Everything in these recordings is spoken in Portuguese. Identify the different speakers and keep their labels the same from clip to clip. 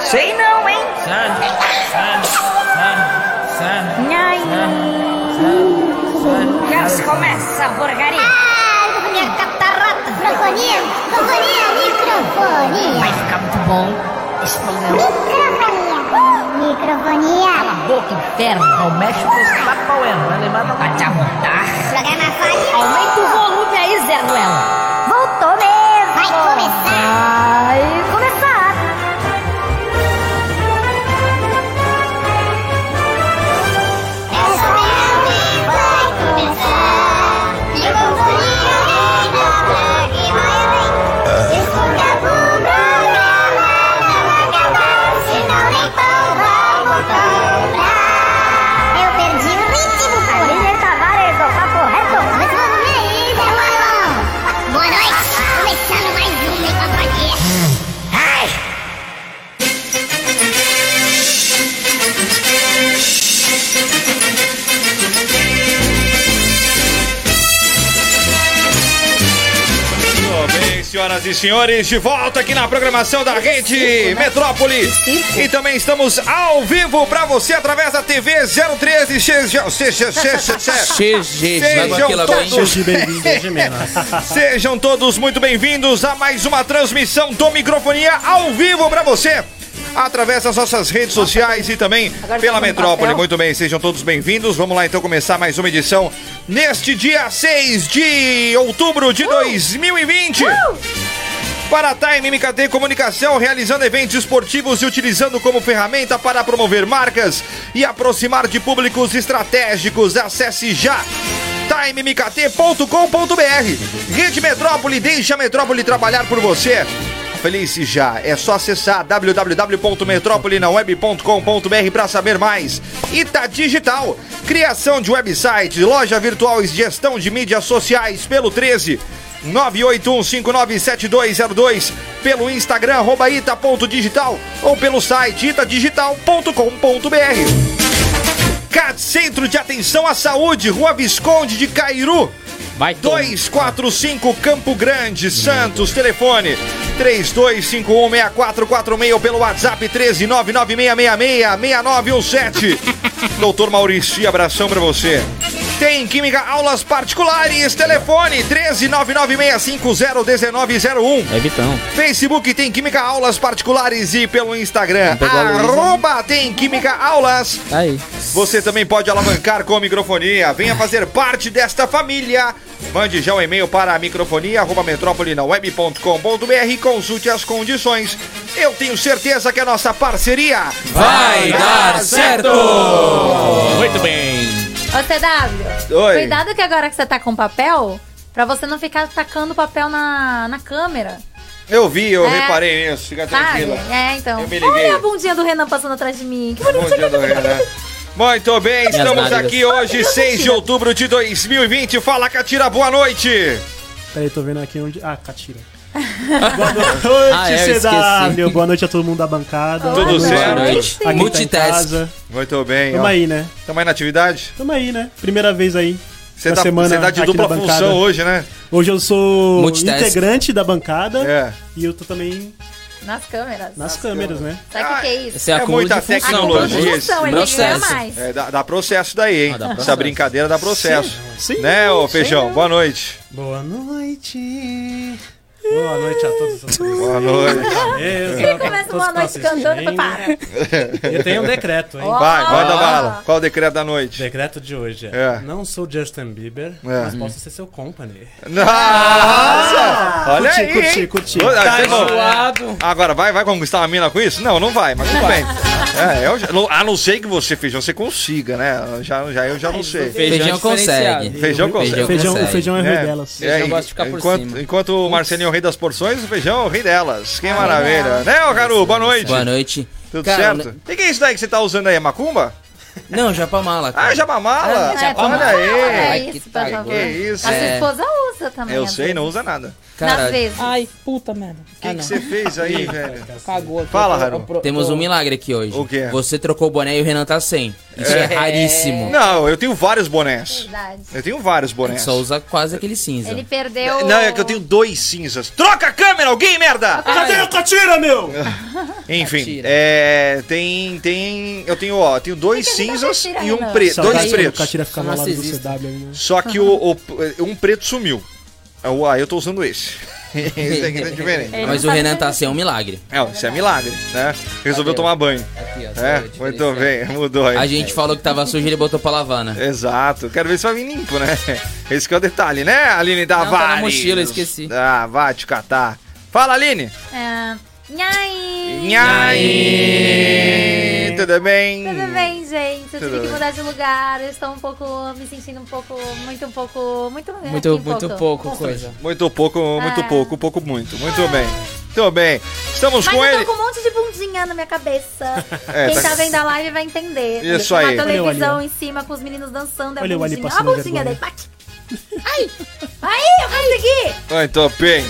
Speaker 1: Sei não, hein?
Speaker 2: Ai,
Speaker 1: Já se começa essa porcaria.
Speaker 2: ai, minha catarata.
Speaker 3: Microfonia, microfonia, microfonia.
Speaker 1: Hum, Vai ficar muito bom esse programa.
Speaker 3: Microfonia, microfonia.
Speaker 1: Boca inferno.
Speaker 4: Não mexe com os tapauenos,
Speaker 5: né?
Speaker 4: vai levar na
Speaker 1: Vai te arrumar.
Speaker 3: Programa Folha
Speaker 1: Aumenta o volume aí, Zé Ruela.
Speaker 2: Voltou mesmo.
Speaker 3: vai começar.
Speaker 2: Vai começar.
Speaker 3: É só eu vai começar. Microfonia, microfonia. Escuta o programa, não acabar. Se não, nem pão, vamos comprar. Eu perdi o ritmo, Folha.
Speaker 2: Líder Tavares, o papo reto.
Speaker 3: Mas vamos ver aí, meu irmão. Boa noite. Começando mais um Microfonia.
Speaker 1: Ai,
Speaker 6: Muito bem, senhoras e senhores, de volta aqui na programação da Rede Metrópole. E também estamos ao vivo pra você através da TV 013. Sejam, sejam, sejam, sejam-
Speaker 7: GG, logo
Speaker 6: Sejam
Speaker 7: aqui, logo aí.
Speaker 6: todos.
Speaker 8: bem-vindo, seja mesmo.
Speaker 6: sejam todos muito bem-vindos a mais uma transmissão do Microfonia ao vivo pra você. Através das nossas redes sociais e também pela Metrópole. Muito bem, sejam todos bem-vindos. Vamos lá então começar mais uma edição neste dia 6 de outubro de 2020. Para a Time MKT Comunicação, realizando eventos esportivos e utilizando como ferramenta para promover marcas e aproximar de públicos estratégicos. Acesse já timemkt.com.br. Rede Metrópole, deixa a Metrópole trabalhar por você. Feliz já, é só acessar www.metropolinaweb.com.br para saber mais. Ita Digital, criação de website, loja virtual e gestão de mídias sociais pelo 13 981597202 pelo Instagram arroba ita.digital ou pelo site itadigital.com.br CAT Centro de Atenção à Saúde, Rua Visconde de Cairu,
Speaker 7: Vai, Tom.
Speaker 6: 245 Campo Grande, Santos, telefone 32516446 pelo WhatsApp 13996666917. Doutor Maurício, abração pra você. Tem Química Aulas Particulares, telefone 13996501901.
Speaker 7: É Vitão.
Speaker 6: Facebook tem Química Aulas Particulares e pelo Instagram,
Speaker 7: Pegou a Luísa.
Speaker 6: arroba tem Química Aulas.
Speaker 7: Tá aí.
Speaker 6: Você também pode alavancar com a microfonia. Venha fazer parte desta família. Mande já um e-mail para microfonia.metropolinaweb.com.br e consulte as condições. Eu tenho certeza que a nossa parceria
Speaker 5: Ah.
Speaker 7: Vai dar
Speaker 6: É
Speaker 7: certo! Muito bem.
Speaker 5: Ô, CW,
Speaker 6: Oi.
Speaker 5: cuidado que agora que você tá com papel, pra você não ficar tacando papel na, na câmera.
Speaker 6: Eu vi, eu
Speaker 5: É.
Speaker 6: reparei nisso. Fica
Speaker 5: Sabe?
Speaker 6: tranquila.
Speaker 5: É, então.
Speaker 6: Eu me liguei.
Speaker 5: Olha a bundinha do Renan passando atrás de mim. Que
Speaker 6: Bom
Speaker 5: bonitinho.
Speaker 6: dia, Dorena. Muito bem, estamos
Speaker 7: nádegas.
Speaker 6: aqui hoje, 6 de outubro de 2020. Fala, Catira, boa noite.
Speaker 8: Peraí, tô vendo aqui onde. Ah, Catira. Boa noite,
Speaker 7: Ah, é, eu
Speaker 8: CW.
Speaker 7: esqueci.
Speaker 8: Boa noite a todo mundo da bancada.
Speaker 6: Tudo
Speaker 8: Boa noite
Speaker 6: certo?
Speaker 8: a
Speaker 7: Boa
Speaker 8: quem tá em
Speaker 7: Multitask.
Speaker 8: casa.
Speaker 6: Muito bem.
Speaker 8: Tamo
Speaker 6: ó.
Speaker 8: aí, né?
Speaker 6: Tamo aí na atividade?
Speaker 8: Tamo aí, né? Primeira vez aí.
Speaker 6: Você
Speaker 8: na
Speaker 6: tá,
Speaker 8: semana
Speaker 6: você tá de
Speaker 8: aqui
Speaker 6: dupla
Speaker 8: na
Speaker 6: função
Speaker 8: bancada.
Speaker 6: hoje, né?
Speaker 8: Hoje eu sou
Speaker 7: Multitask.
Speaker 8: integrante da bancada
Speaker 6: É.
Speaker 8: e eu tô também
Speaker 5: Nas câmeras.
Speaker 8: nas câmeras, né?
Speaker 5: Sabe o que, que é isso? Tá
Speaker 7: Esse é,
Speaker 6: É
Speaker 7: acúmulo
Speaker 6: muita
Speaker 7: de função.
Speaker 6: tecnologia.
Speaker 7: né?
Speaker 6: isso.
Speaker 5: Produção, ele tem que ganhar
Speaker 7: Processo.
Speaker 5: mais.
Speaker 6: É, dá, dá processo daí, hein?
Speaker 7: Ah, dá
Speaker 6: Essa
Speaker 7: processo.
Speaker 6: brincadeira dá processo.
Speaker 8: Sim,
Speaker 6: né, ô
Speaker 8: sim.
Speaker 6: Feijão? Boa noite.
Speaker 8: Boa noite. Boa noite a todos. os
Speaker 6: Boa noite.
Speaker 5: Ele começa boa noite cantando e para.
Speaker 8: Eu tenho um decreto, hein?
Speaker 5: Ó.
Speaker 6: Vai, manda
Speaker 5: Ah.
Speaker 6: bala. Qual o decreto da noite?
Speaker 8: Decreto de hoje
Speaker 6: É.
Speaker 8: Não sou Justin Bieber,
Speaker 6: mas
Speaker 7: Uhum.
Speaker 8: posso ser seu company.
Speaker 6: Nossa! Olha aí!
Speaker 8: Ah. curti,
Speaker 6: hein?
Speaker 8: curti.
Speaker 6: Olha,
Speaker 7: Tá
Speaker 6: você não-
Speaker 7: enjoado.
Speaker 6: Agora, vai, vai conquistar a mina com isso? Não, não vai, mas tudo bem. É, eu já- a não ser que você, Feijão, você consiga, né? Já, já, eu já não sei.
Speaker 7: É, Feijão,
Speaker 4: Feijão
Speaker 7: consegue.
Speaker 4: diferenciado.
Speaker 6: Feijão consegue.
Speaker 7: Feijão
Speaker 8: Feijão,
Speaker 7: consegue.
Speaker 8: o feijão é o rei
Speaker 6: É,
Speaker 8: delas.
Speaker 6: é,
Speaker 7: Feijão gosta de ficar por
Speaker 6: enquanto,
Speaker 7: cima. Ah,
Speaker 6: Enquanto o Marcelinho é o rei das porções, o feijão é o rei delas. Que
Speaker 7: é
Speaker 6: maravilha. Né, ô Garu? Boa noite.
Speaker 7: Boa noite.
Speaker 6: Tudo
Speaker 7: Cara,
Speaker 6: certo? O que, que é isso daí que você tá usando aí? É macumba?
Speaker 7: Não, Japamala. cara.
Speaker 6: Ah, Japamala?
Speaker 5: É,
Speaker 7: Japamala.
Speaker 5: como
Speaker 6: Olha
Speaker 5: fala,
Speaker 6: aí.
Speaker 5: É
Speaker 7: Ai, que
Speaker 5: isso, por
Speaker 7: tá
Speaker 5: favor.
Speaker 6: Que isso,
Speaker 5: A sua
Speaker 7: é.
Speaker 5: esposa usa também.
Speaker 6: Eu
Speaker 5: às
Speaker 6: sei,
Speaker 5: vezes.
Speaker 6: não usa nada.
Speaker 7: Cara,
Speaker 5: Nas vezes.
Speaker 9: Ai, puta merda.
Speaker 6: O que
Speaker 9: ah,
Speaker 6: que
Speaker 9: não.
Speaker 6: você fez aí, velho?
Speaker 9: Cagou aqui.
Speaker 6: Fala,
Speaker 9: Eu tô-
Speaker 6: Haru.
Speaker 9: eu pro-
Speaker 7: Temos
Speaker 9: tô-
Speaker 7: um milagre aqui hoje.
Speaker 6: O quê?
Speaker 7: Você trocou o boné e o Renan tá sem. Isso é, raríssimo.
Speaker 6: Não, eu tenho vários bonés.
Speaker 5: Verdade.
Speaker 6: Eu tenho vários bonés.
Speaker 7: Só usa quase aquele cinza.
Speaker 5: Ele perdeu.
Speaker 6: Não, é que eu tenho dois cinzas. Troca a câmera, alguém, merda!
Speaker 8: Cadê a catira, meu?
Speaker 6: Enfim,
Speaker 7: Catira.
Speaker 6: é, tem, tem, eu tenho, ó, tenho dois
Speaker 5: Por que que não
Speaker 6: cinzas
Speaker 5: catira
Speaker 6: e um
Speaker 5: ainda?
Speaker 6: preto,
Speaker 7: tá
Speaker 6: dois
Speaker 8: O
Speaker 6: pretos.
Speaker 8: catira ficava lá do
Speaker 7: Narcisista.
Speaker 8: CW ainda.
Speaker 6: Só que o, o- um preto sumiu. Ah, eu tô usando esse. esse aqui tá diferente.
Speaker 5: Ele
Speaker 7: Mas o
Speaker 5: não
Speaker 7: Renan
Speaker 5: sabe
Speaker 7: tá sem é um milagre.
Speaker 6: É, ó, isso é milagre, né? Resolveu tomar banho.
Speaker 7: Aqui, ó,
Speaker 6: É, muito bem, mudou aí.
Speaker 7: tá. A gente falou que tava sujo e ele botou pra lavar, né?
Speaker 6: Exato. Quero ver se vai vir limpo, né? Esse que é o detalhe, né, Aline da
Speaker 7: Não, tá na mochila, eu esqueci.
Speaker 6: Ah, vai te catar. Fala, Aline.
Speaker 5: É... Nhaí!
Speaker 6: Nhai. Tudo bem?
Speaker 5: Tudo bem, gente? Eu
Speaker 6: Tudo
Speaker 5: tive que
Speaker 6: bem.
Speaker 5: mudar de lugar. Eu estou um pouco. me sentindo um pouco. Muito, um pouco. Muito,
Speaker 9: Muito,
Speaker 5: aqui um
Speaker 9: muito pouco, coisa.
Speaker 6: Muito pouco, muito
Speaker 5: Ah.
Speaker 6: pouco, pouco muito. Muito bem. Muito bem. Estamos
Speaker 5: Mas
Speaker 6: com
Speaker 5: eu
Speaker 6: ele.
Speaker 5: tô com um monte de bundinha na minha cabeça.
Speaker 6: É,
Speaker 5: Quem
Speaker 6: tá-
Speaker 5: tá vendo a live vai entender.
Speaker 6: Isso
Speaker 5: Uma
Speaker 6: aí.
Speaker 5: televisão
Speaker 8: Olha o né?
Speaker 5: em cima com os meninos dançando. é
Speaker 8: Olha o Ali
Speaker 5: bundinha. Ó a
Speaker 8: passando
Speaker 5: bundinha daí,
Speaker 8: vergonha.
Speaker 5: bate. Ai! Aí, eu consegui!
Speaker 6: Muito bem.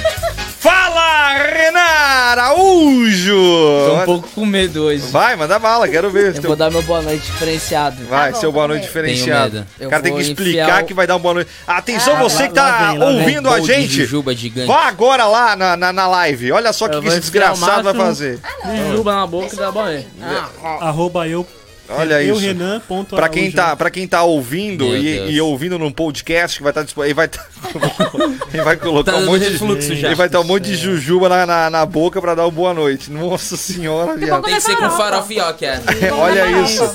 Speaker 6: Fala, Renan Araújo.
Speaker 9: Tô um pouco com medo hoje.
Speaker 6: Vai, manda bala, quero ver.
Speaker 9: Eu
Speaker 6: teu-
Speaker 9: vou dar meu boa noite diferenciado.
Speaker 6: Vai,
Speaker 5: Tá bom,
Speaker 6: seu boa
Speaker 5: vamos ver.
Speaker 6: noite diferenciado.
Speaker 7: Tenho medo.
Speaker 6: O cara
Speaker 9: Eu
Speaker 6: tem que
Speaker 9: vou
Speaker 6: explicar
Speaker 9: enfiar o-
Speaker 6: que vai dar um boa noite. Atenção, você que
Speaker 8: lá
Speaker 6: tá
Speaker 8: vem, lá vem.
Speaker 6: ouvindo a
Speaker 7: Bowl de
Speaker 6: gente.
Speaker 7: jujuba gigante.
Speaker 6: Vá agora lá na, na, na live. Olha só o que,
Speaker 9: Eu
Speaker 6: que
Speaker 9: vou
Speaker 6: esse
Speaker 9: enfiar o
Speaker 6: desgraçado vai
Speaker 9: maço no-
Speaker 6: fazer.
Speaker 9: Juba na boca e dá bom aí.
Speaker 8: Arroba eu.
Speaker 6: Olha
Speaker 8: eu,
Speaker 6: isso.
Speaker 8: Renan, né? ponto
Speaker 6: Pra quem,
Speaker 8: Araújo.
Speaker 6: tá, pra quem tá ouvindo
Speaker 7: Meu
Speaker 6: e,
Speaker 7: Deus.
Speaker 6: e ouvindo num podcast que vai estar disponível, vai, tá, ele vai colocar
Speaker 7: Tá
Speaker 6: um
Speaker 7: dando
Speaker 6: monte
Speaker 7: refluxo
Speaker 6: de,
Speaker 7: já.
Speaker 6: Ele vai dar um monte de jujuba na, na, na boca pra dar uma boa noite. Nossa senhora, viado.
Speaker 7: Tem que ser com farofioca.
Speaker 6: É, Olha isso.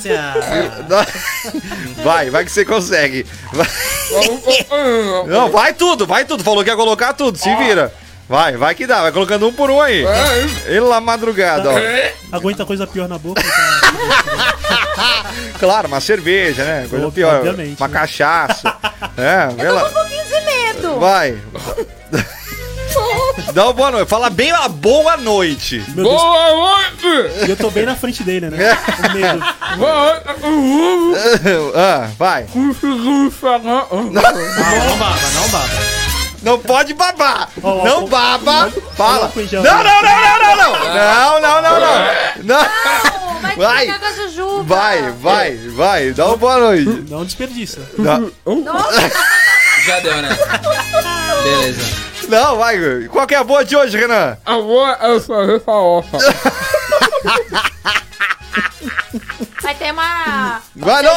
Speaker 6: Vai, vai que você consegue. Vai. Não, vai tudo, vai tudo. Falou que ia colocar tudo, se vira. Vai, vai que dá, vai colocando um por um aí. Ele lá madrugada, ó.
Speaker 8: Aguenta coisa pior na boca. Tá?
Speaker 6: Claro, uma cerveja, né? Coisa
Speaker 8: Opa,
Speaker 6: pior.
Speaker 8: obviamente,
Speaker 6: Uma
Speaker 8: né?
Speaker 6: cachaça. É, vê
Speaker 5: Tô com
Speaker 6: lá.
Speaker 5: um pouquinho de medo.
Speaker 6: Vai. Dá uma boa noite. Fala bem a boa noite.
Speaker 8: Meu Deus. E eu tô bem na frente dele, né? O medo.
Speaker 6: Ah, vai.
Speaker 8: Não baba, não baba.
Speaker 6: Não pode babar.
Speaker 8: Ó,
Speaker 6: não
Speaker 8: ó,
Speaker 6: baba. Fala.
Speaker 8: álcool em
Speaker 6: Não,
Speaker 8: gel.
Speaker 6: não, não, não, não, não. Não, não, não, não. Não.
Speaker 5: Não, vai um
Speaker 6: Vai.
Speaker 5: brincar com a Jujuba.
Speaker 6: Vai, vai, vai. Dá uma boa noite.
Speaker 8: Não desperdiça.
Speaker 6: Dá-
Speaker 7: Já deu, né? Beleza.
Speaker 6: Não, vai. Gui. Qual que é a boa de hoje, Renan?
Speaker 5: Vai ter uma.
Speaker 6: Vai, não.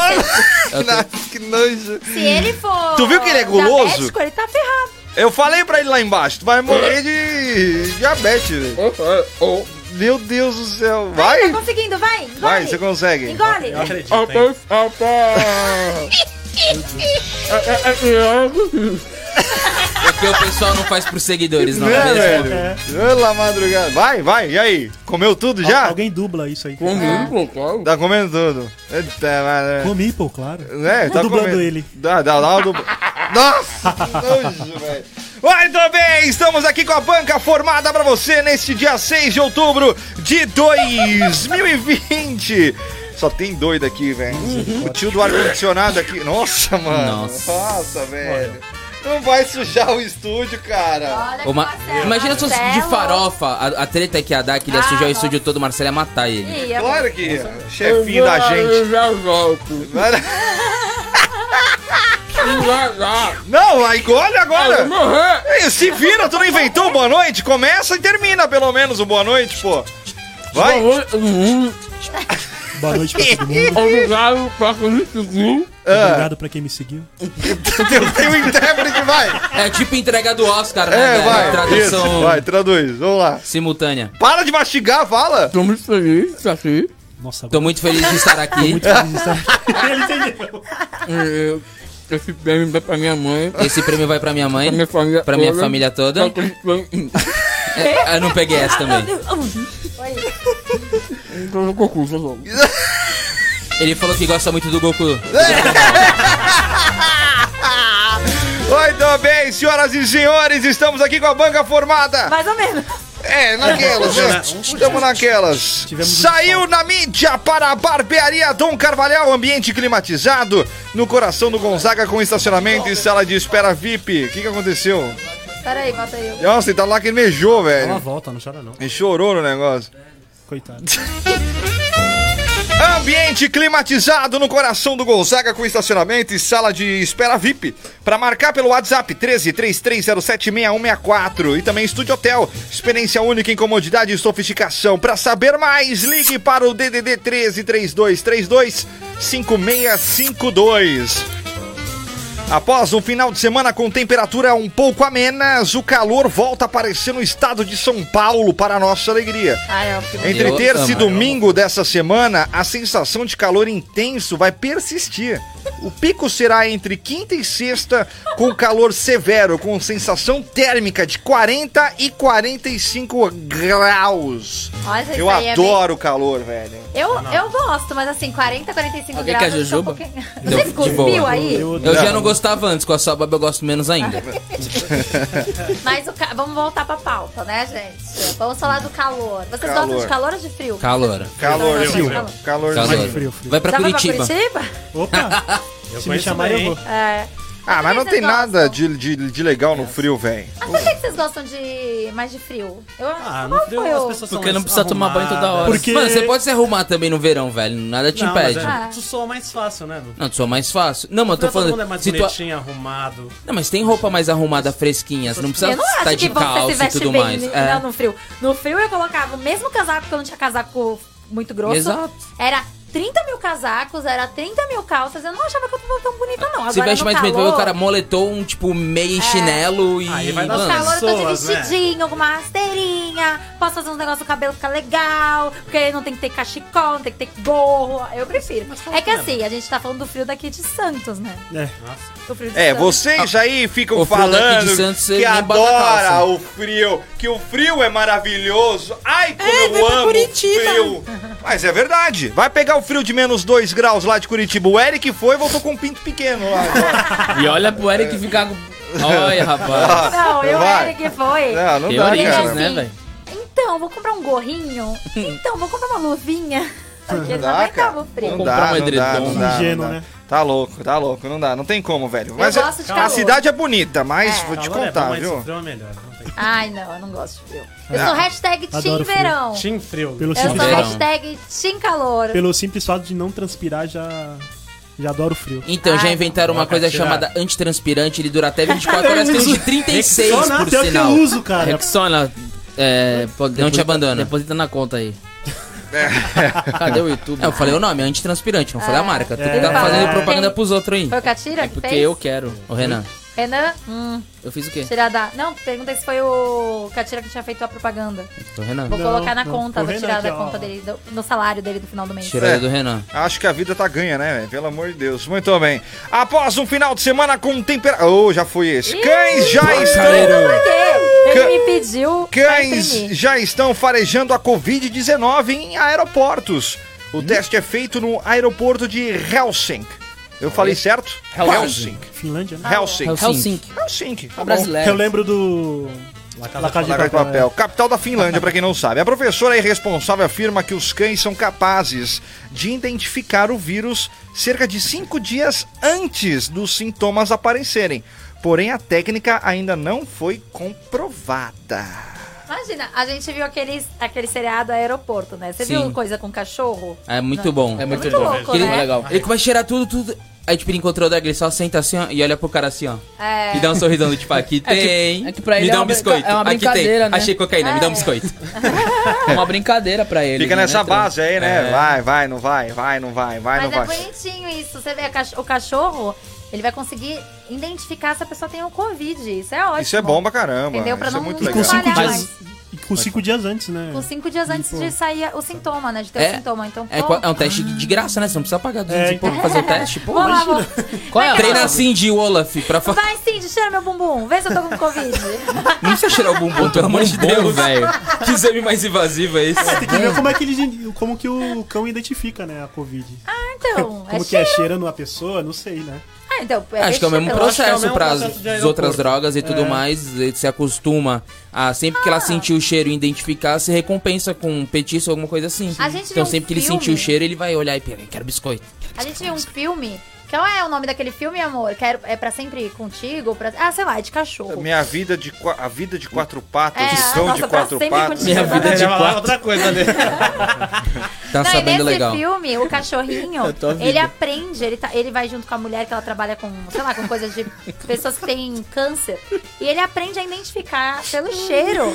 Speaker 6: Não, que nojo.
Speaker 5: Se ele for.
Speaker 6: Tu viu que ele é guloso?
Speaker 5: diabético, ele tá ferrado.
Speaker 6: Eu falei pra ele lá embaixo. Tu vai morrer de diabetes, velho. Meu Deus do céu. Vai.
Speaker 5: Tá conseguindo, vai. Engole.
Speaker 6: Vai, você consegue.
Speaker 5: Engole.
Speaker 8: Eu acredito. hein?
Speaker 7: É porque o pessoal não faz pros seguidores, não
Speaker 6: Né,
Speaker 7: é mesmo?
Speaker 6: velho? Pela madrugada. Vai, vai, e aí? Comeu tudo já?
Speaker 8: Al- Alguém dubla isso aí.
Speaker 6: Tá comendo tudo. Eita, mano.
Speaker 8: Comi, pô, claro.
Speaker 6: É, tá
Speaker 8: Dublando
Speaker 6: comendo.
Speaker 8: ele.
Speaker 6: Dá, dá, dá uma dubla- Nossa, que nojo, velho. Muito bem, estamos aqui com a banca formada pra você neste dia 6 de outubro de 2020. Só tem doido aqui, velho.
Speaker 8: Uhum.
Speaker 6: O tio do ar-condicionado aqui. Nossa, mano. Nossa,
Speaker 7: Nossa.
Speaker 6: velho. Não vai sujar o estúdio, cara.
Speaker 5: Olha
Speaker 7: Ô, Ma-
Speaker 5: que Marcelo,
Speaker 7: Imagina se fosse de
Speaker 5: Marcelo.
Speaker 7: farofa, a, a treta que ia dar, que ele ia
Speaker 5: Ah,
Speaker 7: sujar o
Speaker 5: nossa.
Speaker 7: estúdio todo, o Marcelo ia matar ele.
Speaker 5: Ia,
Speaker 6: Claro que ia. Chefinho da gente. Não, aí olha
Speaker 8: É,
Speaker 6: agora. Ei, Se vira, tu não inventou boa noite? Começa e termina pelo menos o boa noite, pô. Vai.
Speaker 8: Boa noite pra todo mundo.
Speaker 6: Ah,
Speaker 8: Obrigado pra quem me seguiu.
Speaker 6: tem, tem um intérprete, vai.
Speaker 7: É tipo entrega do Oscar, né?
Speaker 6: É,
Speaker 7: velho?
Speaker 6: vai.
Speaker 7: Tradução
Speaker 6: Isso, vai, traduz. Vamos lá.
Speaker 7: simultânea.
Speaker 6: Para de mastigar, fala.
Speaker 8: Nossa,
Speaker 7: Tô muito feliz de estar aqui.
Speaker 8: feliz de estar aqui. Ele entendeu.
Speaker 7: Esse prêmio vai pra minha mãe, pra minha família toda.
Speaker 9: Tá
Speaker 7: É, Eu não peguei essa também. Ele falou que gosta muito do Goku.
Speaker 6: Oi, tudo bem, senhoras e senhores? Estamos aqui com a banca formada.
Speaker 5: Mais ou menos.
Speaker 6: É, naquelas. né? Estamos naquelas.
Speaker 8: Tivemos um
Speaker 6: Saiu na mídia para a barbearia Dom Carvalhal, ambiente climatizado, no coração do Gonzaga com estacionamento e sala de espera VIP. O que, que aconteceu?
Speaker 5: Peraí, bota aí.
Speaker 6: Nossa, ele tá lá que ele mejou,
Speaker 8: Dá uma
Speaker 6: velho.
Speaker 8: volta, não chora não.
Speaker 6: Ele chorou no negócio.
Speaker 8: Coitado.
Speaker 6: Ambiente climatizado no coração do Gonzaga com estacionamento e sala de espera VIP. Para marcar pelo WhatsApp 1333076164 e também Estúdio Hotel. Experiência única em comodidade e sofisticação. Para saber mais, ligue para o DDD 133232 5652. Após um final de semana com temperatura um pouco amenas, o calor volta a aparecer no estado de São Paulo para nossa alegria.
Speaker 5: Ai, ó, que bonito.
Speaker 6: Entre
Speaker 7: Eu
Speaker 6: terça e
Speaker 7: amo.
Speaker 6: domingo dessa semana, a sensação de calor intenso vai persistir. O pico será entre quinta e sexta, com calor severo, com sensação térmica de 40 e 45 graus.
Speaker 5: Nossa, isso
Speaker 6: Eu
Speaker 5: aí é
Speaker 6: adoro o calor, velho.
Speaker 5: bem- Eu, eu gosto, mas assim, 40, 45
Speaker 7: Alguém
Speaker 5: graus.
Speaker 7: quer
Speaker 5: eu sou um
Speaker 7: jujuba?
Speaker 5: pouquinho-
Speaker 7: Deu-
Speaker 5: Você
Speaker 7: de
Speaker 5: cuspiu
Speaker 7: boa.
Speaker 5: aí?
Speaker 7: Eu já não gostava antes, com a sua baba eu gosto menos ainda.
Speaker 5: Mas o ca- vamos voltar pra pauta, né, gente? Vamos falar do calor. Vocês
Speaker 6: Calor.
Speaker 5: gostam de calor ou de frio?
Speaker 7: Calor.
Speaker 6: Calor,
Speaker 5: Eu
Speaker 6: frio.
Speaker 5: gosto de
Speaker 6: Calor,
Speaker 7: Calor.
Speaker 8: frio, frio.
Speaker 7: Vai pra
Speaker 5: Já foi pra
Speaker 7: Curitiba.
Speaker 5: Curitiba?
Speaker 8: Opa! Se me
Speaker 4: conheço
Speaker 8: chamar,
Speaker 4: bem.
Speaker 8: eu vou.
Speaker 5: É.
Speaker 6: Ah, mas não
Speaker 5: Vocês
Speaker 6: tem
Speaker 5: gostam?
Speaker 6: nada de, de, de legal no frio, velho.
Speaker 5: Mas por que que vocês gostam de mais de frio? Eu,
Speaker 8: Ah,
Speaker 5: qual
Speaker 8: não frio,
Speaker 5: foi
Speaker 8: as
Speaker 5: o-
Speaker 8: pessoas são
Speaker 9: Porque
Speaker 8: mais
Speaker 9: não precisa tomar banho toda hora.
Speaker 8: Porque-
Speaker 7: Mano, você pode se arrumar também no verão, velho. Nada te
Speaker 8: Não, mas
Speaker 7: impede.
Speaker 5: Ah.
Speaker 8: é, tu soa mais fácil, né? meu?
Speaker 7: Não, tu só mais fácil. Não, mas eu tô
Speaker 8: Todo
Speaker 7: falando.
Speaker 8: mundo é mais
Speaker 7: se tu-
Speaker 8: bonitinho, arrumado.
Speaker 7: Não, mas tem roupa mais arrumada, fresquinha. Você não precisa
Speaker 5: Eu não
Speaker 7: estar
Speaker 5: acho que
Speaker 7: de
Speaker 5: você se
Speaker 7: calça e
Speaker 5: veste
Speaker 7: tudo
Speaker 5: bem né?
Speaker 7: mais.
Speaker 5: no,
Speaker 7: É.
Speaker 5: não, no frio. No frio eu colocava o mesmo casaco, porque eu não tinha casaco muito grosso.
Speaker 7: Exato.
Speaker 5: Era 30 mil casacos, era 30 mil calças. Eu não achava que eu tava tão bonita, não. Agora,
Speaker 7: Se veste
Speaker 5: no
Speaker 7: mais bem,
Speaker 5: calor, É.
Speaker 7: o cara moletou um tipo meia e chinelo e.
Speaker 8: Aí vai dar
Speaker 5: No
Speaker 7: mano,
Speaker 5: calor eu tô de
Speaker 8: pessoas, né?
Speaker 5: vestidinho, alguma rasteirinha, posso fazer uns negócios com o cabelo ficar legal, porque aí não tem que ter cachecol, não tem que ter gorro. Eu prefiro. É que assim, a gente tá falando do frio daqui de Santos, né?
Speaker 8: É.
Speaker 5: Do frio de
Speaker 6: É,
Speaker 5: Santos.
Speaker 6: vocês aí ficam
Speaker 7: O frio daqui de
Speaker 6: falando
Speaker 7: Santos,
Speaker 6: que
Speaker 7: ele nem bota
Speaker 6: adora
Speaker 7: calça.
Speaker 6: o frio, que o frio é maravilhoso. Ai, como eu amo frio. Mas é verdade. Vai pegar o frio de menos 2 graus lá de Curitiba. O Eric foi e voltou com um pinto pequeno lá. agora.
Speaker 9: E olha pro Eric ficar com. Olha, rapaz.
Speaker 5: Não, eu
Speaker 6: Vai. É.
Speaker 5: era que foi.
Speaker 6: Não, não
Speaker 9: Tem
Speaker 6: dá,
Speaker 9: origens,
Speaker 6: cara.
Speaker 9: né,
Speaker 5: Assim,
Speaker 9: velho?
Speaker 5: Então, vou comprar um gorrinho. Então, vou comprar uma luvinha. Porque não
Speaker 6: Dá, cara.
Speaker 5: aguentava
Speaker 6: Não
Speaker 5: o frio.
Speaker 9: Vou
Speaker 6: dá, não
Speaker 9: comprar um
Speaker 6: dá, não
Speaker 9: edredom.
Speaker 6: dá,
Speaker 8: Ingênuo,
Speaker 6: não dá.
Speaker 8: né?
Speaker 6: Tá louco, tá louco, não dá, não tem como, velho. Mas
Speaker 5: gosto de
Speaker 6: a
Speaker 5: calor.
Speaker 6: cidade é bonita, mas
Speaker 5: É.
Speaker 6: vou te
Speaker 8: Calor é bom,
Speaker 6: contar,
Speaker 8: mas
Speaker 6: viu?
Speaker 8: frio é melhor. não tem.
Speaker 5: Ai, não, eu não gosto de frio. Eu
Speaker 6: Ah,
Speaker 5: sou hashtag Team
Speaker 8: adoro frio.
Speaker 5: Verão.
Speaker 8: Tim frio.
Speaker 5: Eu
Speaker 8: Pelo
Speaker 5: sou
Speaker 8: simples,
Speaker 7: verão.
Speaker 5: hashtag Team Calor.
Speaker 8: pelo simples fato de não transpirar, já, já adoro o frio.
Speaker 7: Então, já
Speaker 5: Ai,
Speaker 7: inventaram uma
Speaker 8: não,
Speaker 7: coisa
Speaker 8: cara, tirar.
Speaker 7: chamada antitranspirante, ele dura até 24 horas, tem um de 36,
Speaker 8: Rexona
Speaker 7: por
Speaker 8: até o que
Speaker 7: sinal.
Speaker 8: eu uso, cara.
Speaker 9: Rexona. É, pode-
Speaker 7: Não te
Speaker 9: deposita-
Speaker 7: abandona.
Speaker 9: Deposita na conta aí.
Speaker 6: É.
Speaker 9: Cadê o YouTube? Ah.
Speaker 7: Não, eu falei o nome, é antitranspirante, não falei a marca. Tu
Speaker 8: É.
Speaker 7: tá fazendo
Speaker 8: Tem-
Speaker 7: propaganda pros outros aí. É
Speaker 5: Foi o Catira que
Speaker 9: É Porque
Speaker 5: fez?
Speaker 9: eu quero.
Speaker 7: Ô, Renan,
Speaker 5: Renan? Hum,
Speaker 9: Eu fiz o quê?
Speaker 5: tirada. Não, perguntei se foi o Catira que tinha feito a propaganda.
Speaker 7: do Renan.
Speaker 5: Vou
Speaker 8: Não,
Speaker 5: colocar na
Speaker 8: não,
Speaker 5: conta,
Speaker 8: foi o
Speaker 5: vou
Speaker 8: Renan
Speaker 5: tirar
Speaker 8: aqui,
Speaker 5: da
Speaker 8: ó.
Speaker 5: conta dele, do, no salário dele do final do mês.
Speaker 7: Tirou
Speaker 6: É.
Speaker 7: do Renan.
Speaker 6: Acho que a vida tá ganha, né, velho? Pelo amor de Deus. Muito bem. Após um final de semana com temperatura. Oh, já fui esse. Cães já estão.
Speaker 5: Por quê?
Speaker 6: Ca-
Speaker 5: Ele me pediu. pra
Speaker 6: Cães
Speaker 5: imprimir.
Speaker 6: já estão farejando a Covid-19 em aeroportos. O teste é feito no aeroporto de Helsinki. Eu falei certo?
Speaker 7: Helsinki.
Speaker 6: Helsinki.
Speaker 8: Finlândia, né?
Speaker 6: Helsinki.
Speaker 7: Helsinki.
Speaker 6: Helsinki. Tá bom.
Speaker 9: Brasileiro.
Speaker 8: Eu lembro do... La Casa,
Speaker 6: Lagar de papel. Capital da Finlândia, pra quem não sabe. A professora irresponsável afirma que os cães são capazes de identificar o vírus cerca de cinco dias antes dos sintomas aparecerem. Porém, a técnica ainda não foi comprovada.
Speaker 5: Imagina, a gente viu aquele, aquele seriado aeroporto, né? Você viu
Speaker 7: Sim.
Speaker 5: coisa com cachorro?
Speaker 7: É muito bom.
Speaker 9: É muito,
Speaker 5: Muito
Speaker 9: legal.
Speaker 5: louco,
Speaker 9: Que
Speaker 5: né?
Speaker 9: legal.
Speaker 7: Ele vai cheirar tudo, tudo. Aí, tipo, ele encontrou o drag, ele só senta assim, ó, e olha pro cara assim, ó.
Speaker 5: É.
Speaker 7: E dá um sorrisão do tipo, aqui
Speaker 9: É que-
Speaker 7: tem.
Speaker 9: é que pra ele
Speaker 7: me
Speaker 9: é
Speaker 7: dá um
Speaker 9: uma brinca-
Speaker 7: biscoito.
Speaker 9: é uma
Speaker 7: aqui tem.
Speaker 9: brincadeira, né?
Speaker 7: Achei cocaína, me dá um biscoito.
Speaker 9: É uma brincadeira pra ele.
Speaker 6: Fica
Speaker 9: né?
Speaker 6: nessa base aí, né?
Speaker 7: É.
Speaker 6: Vai, vai, não vai, vai, não vai, vai, não
Speaker 5: Mas é
Speaker 6: vai.
Speaker 5: bonitinho isso. Você vê a cach- o cachorro, ele vai conseguir identificar se a pessoa tem o Covid. Isso é ótimo.
Speaker 6: Isso é bom pra caramba.
Speaker 5: Entendeu? Pra
Speaker 6: Isso é
Speaker 5: não- né?
Speaker 6: muito
Speaker 8: E com
Speaker 6: legal.
Speaker 8: cinco
Speaker 5: Trabalhar
Speaker 8: dias...
Speaker 5: mais.
Speaker 8: E com cinco dias antes, né?
Speaker 5: Com cinco dias antes de sair o sintoma, né? De ter o
Speaker 7: É.
Speaker 5: sintoma. Então,
Speaker 7: É,
Speaker 5: pô,
Speaker 7: qua- é um teste de graça, né? Você não precisa pagar 200
Speaker 8: É,
Speaker 7: e pouco pra fazer o teste. Pô,
Speaker 5: Vou lá, vou...
Speaker 9: Qual é a
Speaker 7: Treina
Speaker 9: Treina
Speaker 7: assim de Olaf pra fa...
Speaker 5: Vai, Cindy, cheira meu bumbum. Vê se eu tô com Covid.
Speaker 7: Não precisa cheirar o bumbum, pelo amor de Deus, velho. Que exame mais invasivo é esse?
Speaker 8: Tem que ver como é que ele, como que o cão identifica, né, a Covid.
Speaker 5: Ah, então.
Speaker 8: Como
Speaker 5: é
Speaker 8: que é
Speaker 5: cheiro.
Speaker 8: cheirando a pessoa, não sei, né?
Speaker 5: Ah, então,
Speaker 7: Acho que é o mesmo
Speaker 5: vestibular.
Speaker 8: acho que é o
Speaker 7: processo
Speaker 8: mesmo
Speaker 7: para
Speaker 8: processo de
Speaker 7: as
Speaker 8: aeroporto. É.
Speaker 7: outras drogas e tudo mais. Ele se acostuma a sempre
Speaker 5: Ah.
Speaker 7: que ela sentir o cheiro e identificar, se recompensa com um petiço ou alguma coisa assim.
Speaker 5: A gente
Speaker 7: então
Speaker 5: vê um
Speaker 7: sempre que ele
Speaker 5: filme-
Speaker 7: sentir o cheiro, ele vai olhar e peraí, quero biscoito.
Speaker 5: A gente viu um filme. Qual é o nome daquele filme, amor? Quero, é pra sempre ir contigo? Pra, ah, sei lá, é de cachorro.
Speaker 6: Minha vida de, qua- a vida de quatro patas,
Speaker 5: É,
Speaker 6: o cão
Speaker 5: nossa,
Speaker 6: de
Speaker 5: pra
Speaker 6: quatro
Speaker 5: sempre
Speaker 6: patas.
Speaker 5: continua.
Speaker 7: Minha vida
Speaker 8: Ele
Speaker 7: de
Speaker 8: ia falar
Speaker 7: quatro
Speaker 8: outra coisa ali.
Speaker 7: tá
Speaker 5: Não, e nesse
Speaker 7: sabendo legal.
Speaker 9: É um
Speaker 5: filme, o cachorrinho,
Speaker 9: Eu tô ouvindo.
Speaker 5: ele aprende, ele, tá- ele vai junto com a mulher que ela trabalha com, sei lá, com coisas de pessoas que têm câncer. E ele aprende a identificar pelo cheiro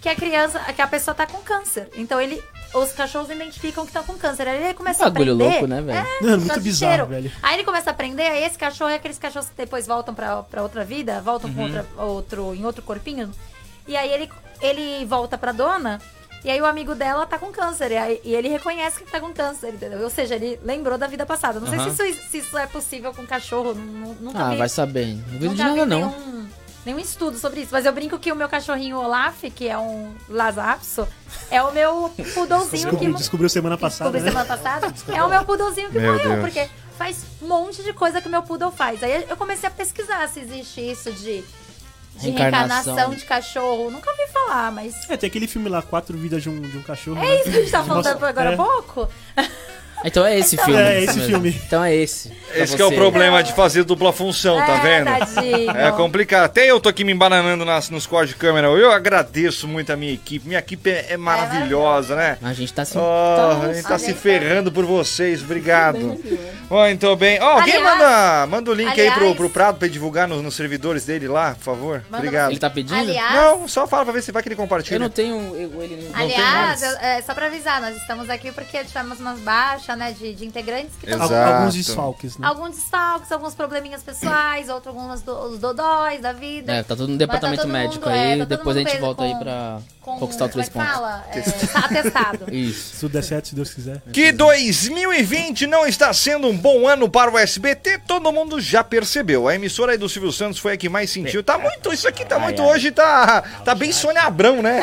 Speaker 5: que a criança, que a pessoa tá com câncer. Então ele. Os cachorros identificam que tá com câncer. Aí ele começa a aprender. É,
Speaker 7: Bagulho louco, né, velho?
Speaker 8: Mano,
Speaker 5: Só
Speaker 8: é muito
Speaker 5: de
Speaker 8: bizarro,
Speaker 5: cheiro.
Speaker 8: velho.
Speaker 5: Aí ele começa a aprender, aí esse cachorro é aqueles cachorros que depois voltam pra, pra outra vida, voltam
Speaker 9: Uhum.
Speaker 5: com outra, outro, em outro corpinho. E aí ele, ele volta pra dona, e aí o amigo dela tá com câncer. E, aí- e ele reconhece que tá com câncer, entendeu? Ou seja, ele lembrou da vida passada. Não sei
Speaker 7: Aham.
Speaker 5: se isso, se isso é possível com cachorro. nu- nu- Nunca
Speaker 9: Ah,
Speaker 5: vi,
Speaker 9: vai saber. hein? Não duvido de
Speaker 5: nunca
Speaker 9: nada,
Speaker 5: vi
Speaker 9: não.
Speaker 5: Nenhum, nenhum estudo sobre isso. Mas eu brinco que o meu cachorrinho Olaf, que é um Lazapso, é o meu pudolzinho um que.
Speaker 8: Descobriu, descobriu semana passada,
Speaker 5: Descobri
Speaker 8: né?
Speaker 5: semana passada. É o meu poodlezinho que
Speaker 6: Meu
Speaker 5: morreu,
Speaker 6: Deus.
Speaker 5: porque faz um monte de coisa que o meu poodle faz. Aí eu comecei a pesquisar se existe isso de, de
Speaker 9: Reencarnação.
Speaker 5: reencarnação de cachorro. Nunca ouvi falar, mas.
Speaker 8: É, tem aquele filme lá, Quatro Vidas de um, de um Cachorro.
Speaker 5: É isso que a gente tá
Speaker 8: Nossa,
Speaker 5: falando agora
Speaker 8: é.
Speaker 5: há pouco?
Speaker 9: Então é esse
Speaker 5: Então-
Speaker 9: filme.
Speaker 8: É, esse
Speaker 9: Mesmo.
Speaker 8: filme.
Speaker 9: Então é esse. Pra
Speaker 6: Esse que é o
Speaker 9: você.
Speaker 6: problema de fazer dupla função, tá
Speaker 5: é,
Speaker 6: vendo?
Speaker 5: tadinho.
Speaker 6: É complicado. Até eu tô aqui me embananando nas, nos cores de câmera. Eu agradeço muito a minha equipe. Minha equipe é, é maravilhosa, né?
Speaker 9: A gente tá se.
Speaker 6: Oh, a gente tá se ferrando por vocês, obrigado. Ó, então bem. Ó, alguém
Speaker 5: Aliás-
Speaker 6: manda, manda o link aí pro,
Speaker 5: aliás-
Speaker 6: pro Prado pra ele divulgar nos, nos servidores dele lá, por favor.
Speaker 5: Manda
Speaker 6: Obrigado.
Speaker 9: Ele tá pedindo?
Speaker 5: Aliás,
Speaker 6: Não, só fala pra ver se vai que ele compartilha.
Speaker 9: Eu não tenho. eu- ele não tem
Speaker 5: aliás
Speaker 9: mais.
Speaker 5: eu- é, só pra avisar, nós estamos aqui porque tivemos umas baixas, né, de, de integrantes que estão
Speaker 6: Exato.
Speaker 8: Alguns desfalques, né?
Speaker 5: Alguns desfalques, alguns probleminhas pessoais, outros alguns do, os dodóis da vida.
Speaker 9: É, tá todo no
Speaker 5: Mas tá
Speaker 9: departamento
Speaker 5: todo
Speaker 9: médico
Speaker 5: mundo- é, tá
Speaker 9: aí.
Speaker 5: todo
Speaker 9: depois
Speaker 5: mundo
Speaker 9: a gente
Speaker 5: preso
Speaker 9: volta aí
Speaker 5: com-
Speaker 9: pra
Speaker 5: com-
Speaker 9: conquistar os três
Speaker 5: como é que
Speaker 9: pontos.
Speaker 5: fala? É, tá atestado.
Speaker 9: Isso.
Speaker 8: Se tudo der certo, se Deus quiser.
Speaker 5: É.
Speaker 6: Que 2020 não está sendo um bom ano para o SBT, todo mundo já percebeu. A emissora aí do Silvio Santos foi a que mais sentiu. Tá muito, isso aqui tá muito hoje, tá, tá bem Sônia Abrão, né?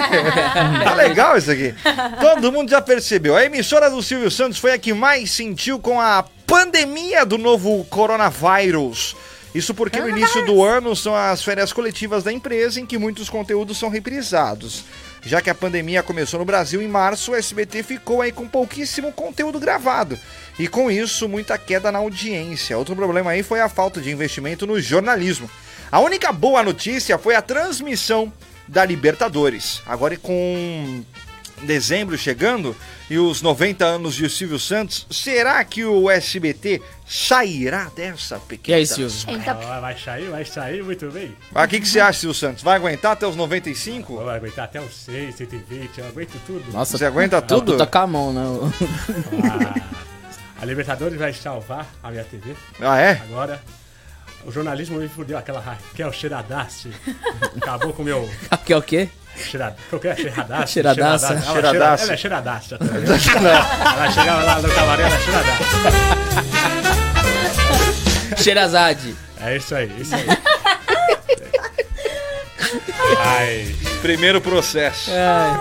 Speaker 6: tá legal isso aqui. Todo mundo já percebeu. A emissora do Silvio Santos foi a que mais sentiu com a pandemia do novo coronavírus. Isso porque no início do ano são as férias coletivas da empresa em que muitos conteúdos são reprisados. Já que a pandemia começou no Brasil em março, o SBT ficou aí com pouquíssimo conteúdo gravado. E com isso, muita queda na audiência. Outro problema aí foi a falta de investimento no jornalismo. A única boa notícia foi a transmissão da Libertadores. Agora com dezembro chegando e os 90 anos de Silvio Santos, será que o SBT sairá dessa
Speaker 9: E
Speaker 6: pequena?
Speaker 9: aí, Silvio?
Speaker 5: Ele tá
Speaker 8: Ah, Vai sair, vai sair, muito bem.
Speaker 6: Mas Ah, o que, que você acha, Silvio Santos? Vai aguentar até os 95?
Speaker 8: Vou aguentar até os 6, 120, eu aguento tudo.
Speaker 9: Nossa,
Speaker 6: Você aguenta
Speaker 9: tu, tu
Speaker 6: tudo?
Speaker 9: tá com a mão, né?
Speaker 8: A Libertadores vai salvar a minha TV
Speaker 6: Ah, é?
Speaker 8: agora. O jornalismo me fudeu aquela Raquel Xeradassi. Acabou com o meu.
Speaker 9: Que é o quê?
Speaker 8: Cheirad... Qual que é? Cheiradaça?
Speaker 9: Cheiradaça.
Speaker 8: Cheiradaça. Ela,
Speaker 6: Cheiradaça.
Speaker 8: cheira- ela é cheiradaça também. ela chegava lá no camarim, ela é cheiradaça.
Speaker 9: Xerazade.
Speaker 8: É isso aí, isso aí. Ai,
Speaker 6: Primeiro processo.
Speaker 9: É.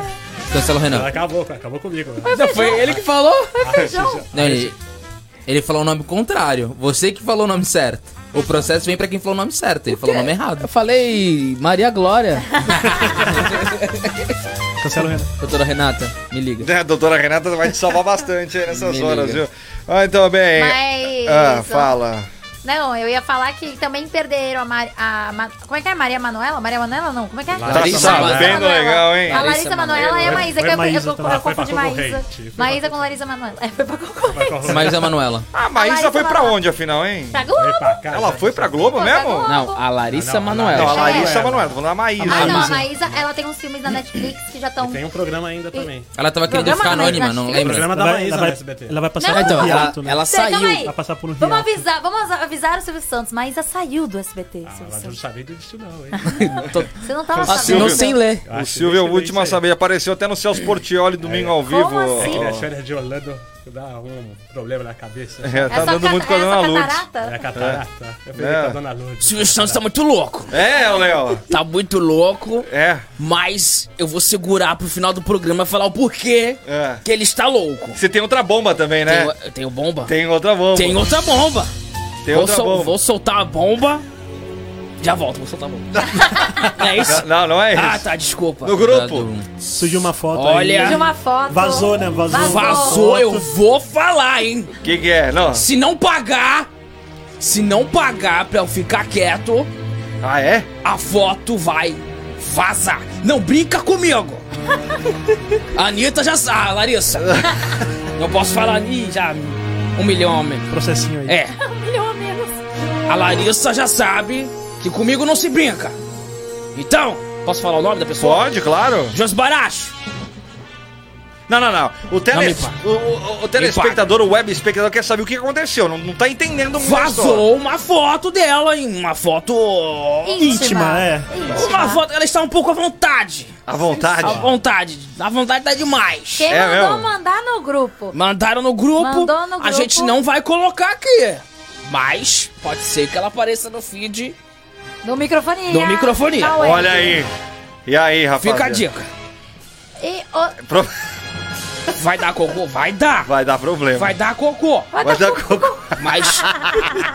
Speaker 7: Cancela o
Speaker 8: ela
Speaker 7: Renan.
Speaker 8: acabou, acabou comigo.
Speaker 9: Não, foi ele que falou?
Speaker 7: Não, ele, ele falou o nome contrário. Você que falou o nome certo. O processo vem pra quem falou o nome certo. Ele falou o nome errado.
Speaker 9: Eu falei Maria Glória.
Speaker 8: Cancela o Renan.
Speaker 9: Doutora Renata, me liga.
Speaker 6: É, a doutora Renata vai te salvar bastante aí nessas
Speaker 9: Me
Speaker 6: horas,
Speaker 9: liga.
Speaker 6: viu? Ah, então bem.
Speaker 5: Mas-
Speaker 6: Ah, fala.
Speaker 5: Não, né, eu ia falar que também perderam a, Mar... a Ma- Como é que é? Maria Manoela? Maria Manuela não, como é que é?
Speaker 6: Tá
Speaker 9: Larissa
Speaker 6: sabendo
Speaker 5: Manoela.
Speaker 6: legal, hein?
Speaker 5: A Larissa
Speaker 9: Larissa
Speaker 5: Manoela é a
Speaker 8: Manoela.
Speaker 5: Maísa, que
Speaker 8: Foi
Speaker 5: eu, eu,
Speaker 8: Maísa
Speaker 5: eu,
Speaker 8: também.
Speaker 5: eu
Speaker 8: Foi pra
Speaker 5: confundi Maísa.
Speaker 8: concorrente, foi pra
Speaker 5: Maísa com Larissa Manoela. É, foi pra concorrente.
Speaker 9: é
Speaker 7: Mas a Manuela.
Speaker 6: Ah, mas
Speaker 5: Larissa
Speaker 6: isso foi pra
Speaker 5: Manoela.
Speaker 6: onde, afinal, hein?
Speaker 5: Pra Globo.
Speaker 8: Vem pra cá,
Speaker 6: Ela
Speaker 8: já
Speaker 6: foi pra Globo
Speaker 5: Foi pra Globo.
Speaker 6: mesmo?
Speaker 9: Não, a Larissa
Speaker 8: Não, não,
Speaker 9: Manoela.
Speaker 6: Não, a Larissa
Speaker 8: É.
Speaker 6: Manoela, tô falando da Maísa.
Speaker 5: Ah, não, a Maísa, ela tem uns filmes da Netflix que já estão...
Speaker 8: Tem um programa ainda também.
Speaker 7: Ela tava querendo
Speaker 5: Programa
Speaker 7: ficar
Speaker 5: não, é
Speaker 7: anônima,
Speaker 5: mas
Speaker 7: não
Speaker 5: fica-
Speaker 7: lembra?
Speaker 8: Programa da
Speaker 4: Ela vai-
Speaker 8: Maísa
Speaker 4: ela vai-
Speaker 8: no SBT.
Speaker 4: ela vai
Speaker 5: Não,
Speaker 8: passar
Speaker 9: Ah,
Speaker 8: por
Speaker 9: então,
Speaker 8: um
Speaker 9: ela,
Speaker 8: hiato, né?
Speaker 9: ela
Speaker 5: Pera, calma aí.
Speaker 9: saiu.
Speaker 8: Vai passar por um hiato.
Speaker 5: Vamos avisar, vamos avisar o Silvio Santos. Maísa saiu do SBT,
Speaker 8: Ah,
Speaker 5: Silvio
Speaker 8: mas eu não
Speaker 5: Santos.
Speaker 8: sabia disso não, hein?
Speaker 5: Você não tava
Speaker 9: Assinou
Speaker 6: Silvio.
Speaker 9: sem ler.
Speaker 8: Eu
Speaker 6: O
Speaker 8: acho
Speaker 6: Silvio é o
Speaker 8: excelente
Speaker 6: último a
Speaker 8: isso aí.
Speaker 6: saber. Apareceu até no Celso Portioli domingo ao vivo.
Speaker 5: Como
Speaker 6: ó.
Speaker 5: assim?
Speaker 8: Ele As férias de Orlando dá um problema na cabeça.
Speaker 6: É, tá
Speaker 5: só
Speaker 6: dando
Speaker 5: ca-
Speaker 6: muito com a
Speaker 5: é só
Speaker 6: Dona Lourdes.
Speaker 5: catarata?
Speaker 8: É a catarata. Eu peguei
Speaker 6: É.
Speaker 8: com a Dona Lourdes.
Speaker 9: Silvio Santos tá muito louco.
Speaker 6: É, Léo.
Speaker 9: Tá muito louco.
Speaker 6: É.
Speaker 9: Mas eu vou segurar pro final do programa falar o porquê
Speaker 6: É.
Speaker 9: que ele está louco.
Speaker 6: Você tem outra bomba também, né?
Speaker 9: Tem, tem o bomba?
Speaker 6: Tem outra bomba.
Speaker 9: Tem outra bomba.
Speaker 6: Tem
Speaker 9: Vou,
Speaker 6: outra
Speaker 9: sol-
Speaker 6: bomba.
Speaker 9: vou soltar a bomba. Já volto, vou soltar a bomba. Não é isso?
Speaker 6: Não, não é isso.
Speaker 9: Ah, tá, desculpa.
Speaker 6: No grupo.
Speaker 10: Surgiu uma foto
Speaker 6: É.
Speaker 9: Olha.
Speaker 10: aí.
Speaker 5: De uma foto.
Speaker 10: Vazou, né? Vazou.
Speaker 9: Vazou, eu vou falar, hein?
Speaker 6: O que, que é? Não.
Speaker 9: Se não pagar, se não pagar pra eu ficar quieto,
Speaker 6: Ah, é?
Speaker 9: a foto vai vazar. Não brinca comigo. A Anitta já sabe, Larissa. Não posso falar ali já um milhão mesmo.
Speaker 10: Processinho aí.
Speaker 9: É,
Speaker 5: Melhor ou menos.
Speaker 9: a Larissa já sabe que comigo não se brinca. Então, posso falar o nome da pessoa?
Speaker 6: Pode, claro.
Speaker 9: Josbaracho.
Speaker 6: Não, não, não. O, tele...
Speaker 9: Não me
Speaker 6: o, o- o telespectador, o web espectador quer saber o que aconteceu. Não, não tá entendendo muito.
Speaker 9: Vazou uma foto dela, hein? Uma foto.
Speaker 10: Íntima, é.
Speaker 5: Tá.
Speaker 9: Uma foto, ela está um pouco à vontade.
Speaker 6: À vontade.
Speaker 9: À vontade. À vontade tá demais.
Speaker 5: Quem
Speaker 6: É
Speaker 5: mandou
Speaker 6: mesmo?
Speaker 5: mandar no grupo?
Speaker 9: Mandaram no grupo.
Speaker 5: Mandou no
Speaker 9: A
Speaker 5: grupo.
Speaker 9: gente não vai colocar aqui. Mas pode ser que ela apareça no feed.
Speaker 5: No microfone.
Speaker 9: No microfonia.
Speaker 5: é?
Speaker 6: Olha aí. E aí, rapaz?
Speaker 9: Fica a dica.
Speaker 5: E o...
Speaker 9: Vai dar cocô? Vai dar.
Speaker 6: Vai dar problema.
Speaker 9: Vai dar cocô.
Speaker 6: Vai dar cocô.
Speaker 9: Mas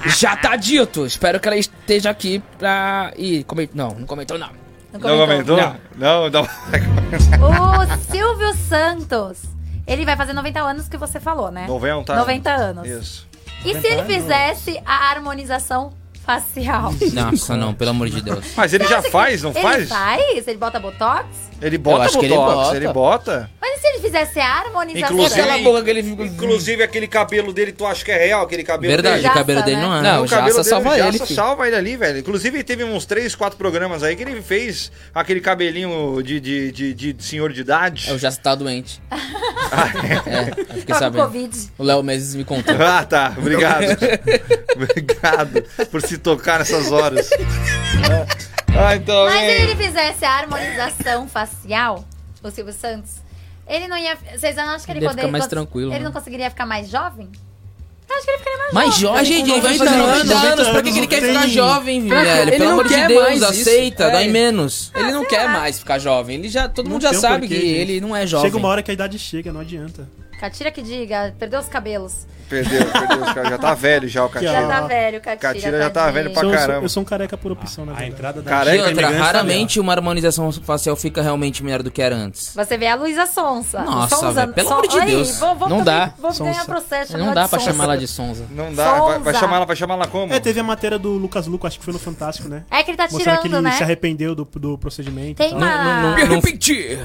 Speaker 9: já tá dito. Espero que ela esteja aqui pra. Ih, coment... não, não comentou não.
Speaker 6: Não comentou?
Speaker 9: Não.
Speaker 6: Não, não.
Speaker 5: O Silvio Santos. Ele vai fazer 90 anos que você falou, né?
Speaker 6: 90.
Speaker 5: 90 anos.
Speaker 6: Isso.
Speaker 5: E se ele fizesse a harmonização facial?
Speaker 7: Nossa, não, pelo amor de Deus.
Speaker 6: Mas ele já faz, não
Speaker 5: ele
Speaker 6: faz?
Speaker 5: faz? Ele bota botox?
Speaker 6: Ele bota
Speaker 7: Eu acho que ele
Speaker 6: botox,
Speaker 7: bota.
Speaker 6: ele bota.
Speaker 5: Mas e se ele fizesse a harmonização?
Speaker 6: Inclusive-
Speaker 9: Aquela boca que ele ficou.
Speaker 6: Inclusive, aquele cabelo dele, tu acha que é real? Aquele cabelo
Speaker 7: Verdade,
Speaker 5: Jaça,
Speaker 7: o cabelo dele
Speaker 5: né?
Speaker 7: não é.
Speaker 9: Não,
Speaker 6: O
Speaker 9: O
Speaker 6: cabelo
Speaker 9: Jaça
Speaker 6: dele,
Speaker 9: salva
Speaker 6: o Jaça
Speaker 9: ele, filho.
Speaker 6: salva ele ali, velho. Inclusive, teve uns três, quatro programas aí que ele fez aquele cabelinho de, de, de, de senhor de idade.
Speaker 9: É
Speaker 7: Eu já tá doente.
Speaker 6: Ah,
Speaker 7: é, eu fiquei
Speaker 5: Tá com
Speaker 7: sabendo.
Speaker 5: Covid.
Speaker 7: O Léo Mendes me contou.
Speaker 6: Ah, tá. Obrigado. Obrigado por se tocar nessas horas.
Speaker 9: É.
Speaker 6: Ah, então.
Speaker 5: Mas se
Speaker 6: hein?
Speaker 5: ele fizesse a harmonização facial, o Silvio Santos, ele não ia. Vocês não acham que ele,
Speaker 7: Ele ia
Speaker 5: poderia.
Speaker 7: ficar mais
Speaker 5: cons-
Speaker 7: tranquilo,
Speaker 5: Ele
Speaker 7: né?
Speaker 5: não conseguiria ficar mais jovem? Eu acho que ele ficaria mais
Speaker 7: Mas
Speaker 5: jovem.
Speaker 7: jovem, gente, ele vai fazer 90 anos. Pra que que ele quer ficar jovem, velho?
Speaker 9: ele
Speaker 7: Pelo
Speaker 9: não
Speaker 7: amor de
Speaker 9: quer mais
Speaker 7: Deus,
Speaker 9: isso.
Speaker 7: aceita,
Speaker 9: É.
Speaker 7: dói menos.
Speaker 9: Ele não quer mais ficar jovem. Ele já.
Speaker 10: Ah.
Speaker 9: Todo
Speaker 10: Não
Speaker 9: mundo já
Speaker 10: tem um
Speaker 9: sabe
Speaker 10: porquê,
Speaker 9: que
Speaker 10: gente.
Speaker 9: ele não é jovem.
Speaker 10: Chega uma hora que a idade chega, não adianta.
Speaker 5: Assim, Catira que diga, perdeu os cabelos.
Speaker 6: Perdeu, perdeu. os caras. Já tá velho já
Speaker 5: Já
Speaker 6: o
Speaker 5: tá
Speaker 6: Catira.
Speaker 5: velho, Catira.
Speaker 6: Catira já tá velho pra
Speaker 10: Então, eu, sou,
Speaker 6: caramba.
Speaker 10: eu sou um careca por opção, na
Speaker 8: Ah, A
Speaker 10: verdade.
Speaker 8: entrada da
Speaker 6: Careca,
Speaker 7: E
Speaker 8: Dica
Speaker 9: é
Speaker 7: outra,
Speaker 8: elegante tá
Speaker 7: raramente uma harmonização facial fica realmente melhor do que era antes.
Speaker 5: Você vê a Luísa Sonsa.
Speaker 7: Nossa,
Speaker 5: Sonsa,
Speaker 7: velho, pelo amor de
Speaker 5: Ai,
Speaker 7: Deus.
Speaker 5: vou- vou
Speaker 9: Não
Speaker 5: também-
Speaker 9: dá.
Speaker 5: Vou ganhar
Speaker 10: Sonsa.
Speaker 5: processo.
Speaker 7: Não dá pra chamar ela de Sonza.
Speaker 6: Não dá. Vai, vai
Speaker 5: Sonza.
Speaker 6: chamar ela, vai chamar ela como?
Speaker 10: É, teve a matéria do Lucas Luco, acho que foi no Fantástico, né?
Speaker 5: É que ele tá
Speaker 10: Mostrando que ele
Speaker 5: tirando, né?
Speaker 10: se arrependeu do, do procedimento. e
Speaker 5: Tem
Speaker 10: tal.
Speaker 5: uma.
Speaker 9: Me arrependi.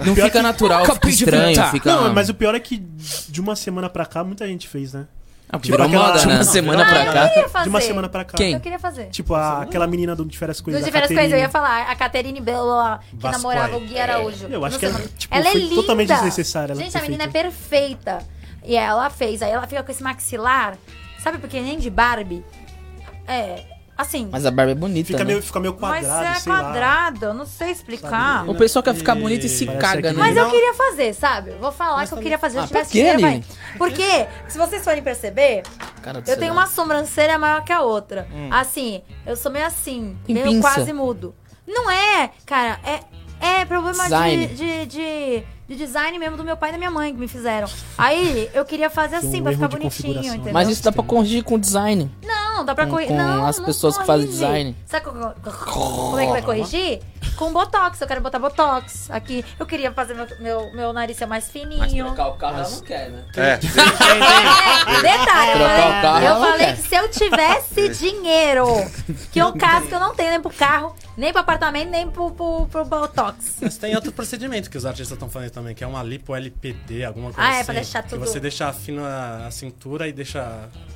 Speaker 7: Não
Speaker 10: Pior
Speaker 7: fica
Speaker 10: que-
Speaker 7: natural, fica
Speaker 9: Acabei de
Speaker 7: estranho,
Speaker 9: voltar.
Speaker 7: fica.
Speaker 10: Não, mas o pior é que de uma semana pra cá, muita gente fez, né?
Speaker 7: Ah,
Speaker 10: tipo
Speaker 7: virou
Speaker 10: aquela-
Speaker 7: moda,
Speaker 10: tipo,
Speaker 7: né?
Speaker 10: não,
Speaker 7: Semana
Speaker 5: Ah,
Speaker 7: pra
Speaker 5: eu
Speaker 7: cá.
Speaker 5: queria fazer.
Speaker 10: De uma semana pra cá.
Speaker 7: Quem?
Speaker 5: Eu queria fazer.
Speaker 10: Tipo, a- aquela menina do De Férias
Speaker 5: Do
Speaker 10: Coisas.
Speaker 5: de
Speaker 10: a
Speaker 5: várias coisas, eu
Speaker 10: Caterine.
Speaker 5: ia falar. A Caterine Bella, que
Speaker 8: Vasconcelos.
Speaker 5: namorava o Gui Araújo.
Speaker 10: Eu acho
Speaker 5: Não
Speaker 10: que
Speaker 5: sei o
Speaker 10: ela,
Speaker 5: nome.
Speaker 10: tipo,
Speaker 5: ela é
Speaker 10: foi
Speaker 5: linda.
Speaker 10: totalmente desnecessária, ela
Speaker 5: Gente,
Speaker 10: foi
Speaker 5: a menina é perfeita. E ela fez. Aí ela fica com esse maxilar, sabe, porque nem de Barbie. É, assim. Mas,
Speaker 7: Mas a barba é bonita,
Speaker 10: Fica
Speaker 7: né?
Speaker 10: meio, fica meio quadrado,
Speaker 5: é
Speaker 10: sei lá.
Speaker 5: quadrado, eu não sei explicar.
Speaker 10: Sabe?
Speaker 7: O pessoal quer ficar bonito e se
Speaker 10: Parece
Speaker 7: caga,
Speaker 10: aquele-
Speaker 7: né?
Speaker 5: Mas eu queria fazer, sabe? Vou falar que eu queria fazer. Se eu
Speaker 7: Ah, pra
Speaker 5: tivesse
Speaker 7: quê,
Speaker 5: dinheiro, vai.
Speaker 7: Aline?
Speaker 5: Porque, se vocês forem perceber,
Speaker 7: Cara
Speaker 10: é.
Speaker 7: do
Speaker 5: eu
Speaker 7: céu.
Speaker 5: tenho uma sobrancelha maior que a outra. Assim, eu sou meio assim,
Speaker 7: Tem
Speaker 5: meio
Speaker 7: Hum. pinça?
Speaker 5: quase mudo. Não é, cara, é, é problema de,
Speaker 7: Design.
Speaker 5: de, de, de design mesmo do meu pai e da minha mãe que me fizeram. Aí eu queria fazer
Speaker 10: Foi um
Speaker 5: assim, pra
Speaker 10: erro
Speaker 5: ficar
Speaker 10: de
Speaker 5: bonitinho,
Speaker 10: configuração.
Speaker 5: entendeu?
Speaker 7: Mas isso dá pra corrigir com design.
Speaker 5: Não, dá pra
Speaker 7: Com-
Speaker 5: corrigir.
Speaker 7: com
Speaker 5: Não,
Speaker 7: as
Speaker 5: não
Speaker 7: pessoas que fazem
Speaker 5: corrige.
Speaker 7: design.
Speaker 5: Sabe co- co- como é que vai corrigir? Com botox, eu quero botar botox aqui. Eu queria fazer meu, meu, meu nariz ser mais fininho.
Speaker 7: o carro ela não quer, né?
Speaker 6: É.
Speaker 5: É, detalhe, eu
Speaker 7: Trocar
Speaker 5: falei,
Speaker 7: o carro, é
Speaker 5: eu
Speaker 7: não
Speaker 5: falei
Speaker 7: quer.
Speaker 5: que se eu tivesse dinheiro, que eu caso que eu não tenho nem pro carro, nem pro apartamento, nem pro, pro, pro botox.
Speaker 8: Mas tem outro procedimento que os artistas estão fazendo também, que é uma lipo LPT, alguma coisa
Speaker 5: Ah, é,
Speaker 8: assim.
Speaker 5: pra deixar tudo-
Speaker 8: Que você deixa fina a cintura e deixa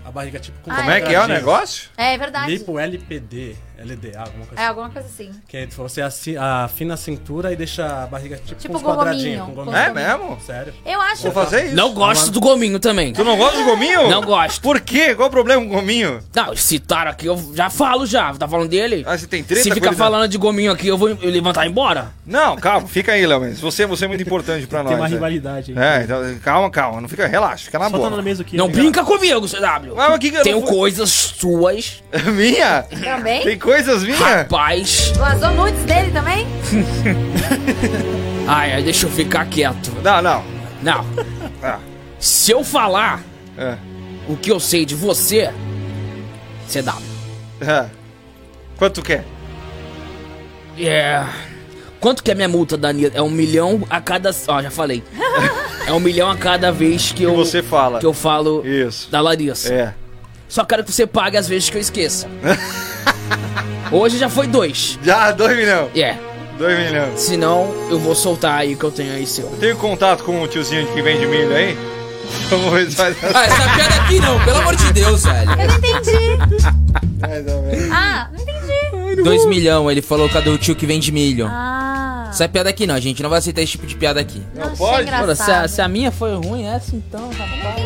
Speaker 8: a barriga tipo com
Speaker 6: Como é que é o
Speaker 8: quadradinhos.
Speaker 6: negócio?
Speaker 5: É, é Ah, verdade.
Speaker 8: Lipo LPD, LDA, alguma coisa
Speaker 5: É
Speaker 8: assim.
Speaker 5: alguma coisa assim.
Speaker 8: Que é você assi- afina a cintura e deixa a barriga tipo,
Speaker 5: Tipo
Speaker 8: com uns
Speaker 5: gominho,
Speaker 8: quadradinhos.
Speaker 5: com
Speaker 8: Com
Speaker 5: os
Speaker 8: gominho.
Speaker 6: É mesmo?
Speaker 8: Sério.
Speaker 5: Eu acho.
Speaker 6: Vou fazer isso.
Speaker 9: Não gosto do gominho também.
Speaker 6: Tu não gosta do gominho?
Speaker 9: Não gosto.
Speaker 6: Por quê? Qual o problema com o gominho?
Speaker 9: Não, citaram aqui, eu já falo já. Tá falando dele?
Speaker 6: Ah, você tem treta
Speaker 9: Se
Speaker 6: com
Speaker 9: ficar
Speaker 6: ele,
Speaker 9: falando de gominho aqui, eu vou eu levantar e ir embora.
Speaker 6: Não, calma, fica aí, Léo. Mendes. Você, você é muito importante pra nós.
Speaker 10: Tem uma
Speaker 6: né?
Speaker 10: rivalidade aí.
Speaker 6: É, então, calma, calma. Não fica, relaxa, fica na
Speaker 10: Só
Speaker 6: boa.
Speaker 10: tá na mesa aqui.
Speaker 9: não
Speaker 10: né?
Speaker 9: brinca comigo, CW.
Speaker 6: Mas o que que eu
Speaker 9: Tenho
Speaker 7: um
Speaker 6: não fui-
Speaker 9: coisas suas,
Speaker 6: Minha?
Speaker 5: Também?
Speaker 6: Tem coisas minhas?
Speaker 9: rapaz.
Speaker 5: Vazou muitos dele também?
Speaker 9: Ai, ai, deixa eu ficar quieto.
Speaker 6: Não, não.
Speaker 9: Não.
Speaker 6: Ah,
Speaker 9: Se eu falar
Speaker 6: é.
Speaker 9: o que eu sei de você, CW.
Speaker 6: Ah. Quanto quer?
Speaker 9: É. Quanto que é minha multa, Danilo? É um milhão a cada. Ó, já falei. É um milhão a cada vez que eu.
Speaker 6: você fala.
Speaker 9: Que eu falo
Speaker 6: Isso.
Speaker 9: da Larissa.
Speaker 6: É.
Speaker 9: Só quero que você pague as vezes que eu esqueça. Hoje já foi dois.
Speaker 6: Já, 2 milhões.
Speaker 9: É.
Speaker 6: 2 milhões.
Speaker 9: Senão, eu vou soltar aí que eu tenho aí seu.
Speaker 6: Tem contato com o tiozinho que vende milho aí? Vamos ver se faz
Speaker 7: Ah, essa piada aqui não, pelo amor de Deus, velho.
Speaker 5: Eu não entendi.
Speaker 6: mais ou menos.
Speaker 5: Ah, não entendi.
Speaker 7: 2 milhão, ele falou cadê o tio que vende milho.
Speaker 5: Ah,
Speaker 7: Essa piada aqui não, gente. Não vai aceitar esse tipo de piada aqui.
Speaker 6: Não
Speaker 5: achei
Speaker 6: pode?
Speaker 5: engraçado.
Speaker 9: Olha, se a, se a minha foi ruim, essa então,
Speaker 7: tá
Speaker 9: rapaz.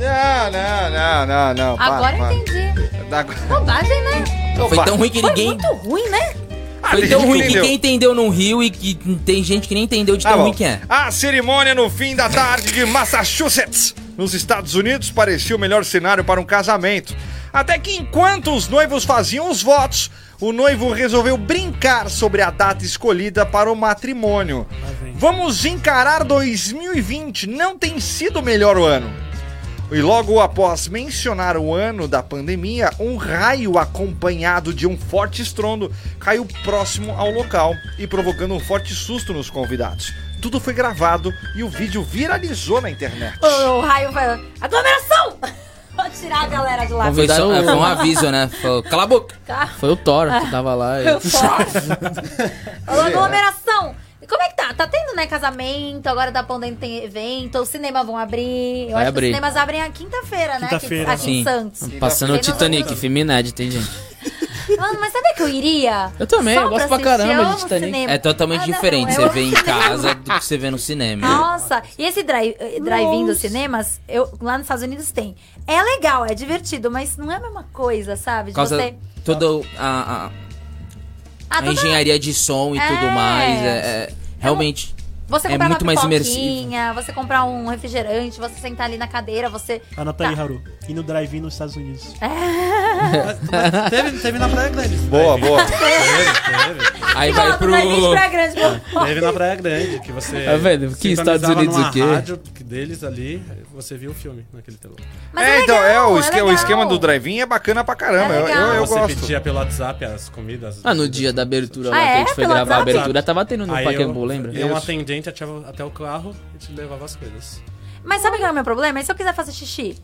Speaker 6: Não, não, não, não, não. para,
Speaker 5: Agora eu
Speaker 6: para.
Speaker 5: entendi.
Speaker 6: Dá-
Speaker 5: Bobagem, né?
Speaker 7: Foi tão ruim que
Speaker 5: Foi
Speaker 7: ninguém.
Speaker 5: muito ruim, né?
Speaker 6: Ah,
Speaker 7: Foi
Speaker 6: tem
Speaker 7: tão
Speaker 6: gente
Speaker 7: ruim que
Speaker 6: entendeu.
Speaker 7: quem entendeu não riu e que tem gente que nem entendeu de
Speaker 6: Tá
Speaker 7: tão
Speaker 9: um
Speaker 6: bom.
Speaker 7: ruim que é.
Speaker 6: A cerimônia no fim da tarde de Massachusetts, nos Estados Unidos, parecia o melhor cenário para um casamento. Até que enquanto os noivos faziam os votos, o noivo resolveu brincar sobre a data escolhida para o matrimônio. Vamos encarar 2020, não tem sido o melhor o ano. E logo após mencionar o ano da pandemia, um raio acompanhado de um forte estrondo caiu próximo ao local e provocando um forte susto nos convidados. Tudo foi gravado e o vídeo viralizou na internet.
Speaker 5: O, o raio vai. Aglomeração! Vou tirar a galera de lá.
Speaker 7: Foi, só,
Speaker 9: Convidaram-
Speaker 7: é, foi um aviso, né? Falou, cala a boca.
Speaker 9: Foi o Thor que tava lá.
Speaker 5: Eu
Speaker 9: E...
Speaker 5: Ô, aglomeração! Como é que tá? Tá tendo, né, casamento, agora da Pandemia tem evento, os cinemas vão abrir. Eu
Speaker 7: Vai
Speaker 5: acho
Speaker 7: abrir.
Speaker 5: que os cinemas abrem a quinta-feira, né? aqui-
Speaker 10: Quinta-feira.
Speaker 5: Aqui, em
Speaker 7: Sim.
Speaker 5: Santos.
Speaker 9: Passando
Speaker 5: Tem
Speaker 9: o
Speaker 5: noção
Speaker 9: Titanic,
Speaker 5: disso?
Speaker 9: filme inédito, hein, gente?
Speaker 5: Mano, mas sabe que eu iria?
Speaker 9: Eu também,
Speaker 5: Só
Speaker 9: eu gosto pra
Speaker 5: assistir, eu
Speaker 9: caramba de
Speaker 5: amo
Speaker 9: Titanic.
Speaker 5: cinema.
Speaker 7: É totalmente
Speaker 5: Ah, não,
Speaker 7: diferente
Speaker 5: eu
Speaker 7: você
Speaker 5: amo
Speaker 7: ver em
Speaker 5: cinema. Ah,
Speaker 7: casa do que você vê no cinema.
Speaker 5: Nossa, e esse dri- eh, drive-in dos cinemas, eu, lá nos Estados Unidos tem. É legal, é divertido, mas não é a mesma coisa, sabe?
Speaker 7: Por
Speaker 5: De
Speaker 7: causa
Speaker 5: você.
Speaker 7: toda a, a-
Speaker 5: Ah,
Speaker 7: a
Speaker 5: toda-
Speaker 7: engenharia de som e
Speaker 5: É.
Speaker 7: tudo mais. É, é- realmente.
Speaker 5: Você
Speaker 7: é
Speaker 5: comprar
Speaker 7: muito
Speaker 5: uma
Speaker 7: mais
Speaker 5: pipoquinha, você comprar um refrigerante, você sentar ali na cadeira, você. É,
Speaker 10: A Nathalie Haru. E no drive-in nos Estados Unidos.
Speaker 4: Teve, teve na Praia Grande.
Speaker 6: Boa, boa.
Speaker 4: Teve, teve.
Speaker 7: Aí
Speaker 5: Fala,
Speaker 7: vai pro.
Speaker 5: drive-in é de Praia Grande, pô.
Speaker 8: É.
Speaker 4: Teve na Praia Grande, que você.
Speaker 9: Tá vendo? Que
Speaker 4: sintonizava
Speaker 9: Estados Unidos
Speaker 4: numa
Speaker 9: o quê?
Speaker 4: rádio deles ali, você viu o filme naquele telão.
Speaker 5: Mas
Speaker 6: é, então, é,
Speaker 5: legal,
Speaker 6: o, esque- o
Speaker 5: legal.
Speaker 6: esquema do drive-in é bacana pra caramba.
Speaker 5: É
Speaker 6: eu
Speaker 5: legal.
Speaker 6: eu, eu
Speaker 4: você
Speaker 6: gosto.
Speaker 4: pedia pelo WhatsApp as comidas.
Speaker 9: Ah, no dia da abertura
Speaker 5: Ah,
Speaker 9: lá que a
Speaker 5: é?
Speaker 9: gente foi
Speaker 5: Pelo
Speaker 9: gravar a
Speaker 5: WhatsApp?
Speaker 9: abertura, tava tendo no
Speaker 4: Aí
Speaker 9: Pacaembu,
Speaker 4: eu-
Speaker 9: lembra?
Speaker 4: E um
Speaker 6: Isso.
Speaker 4: atendente atirava até o carro e te levava as coisas.
Speaker 5: Mas sabe qual é o meu problema? E se eu quiser fazer xixi?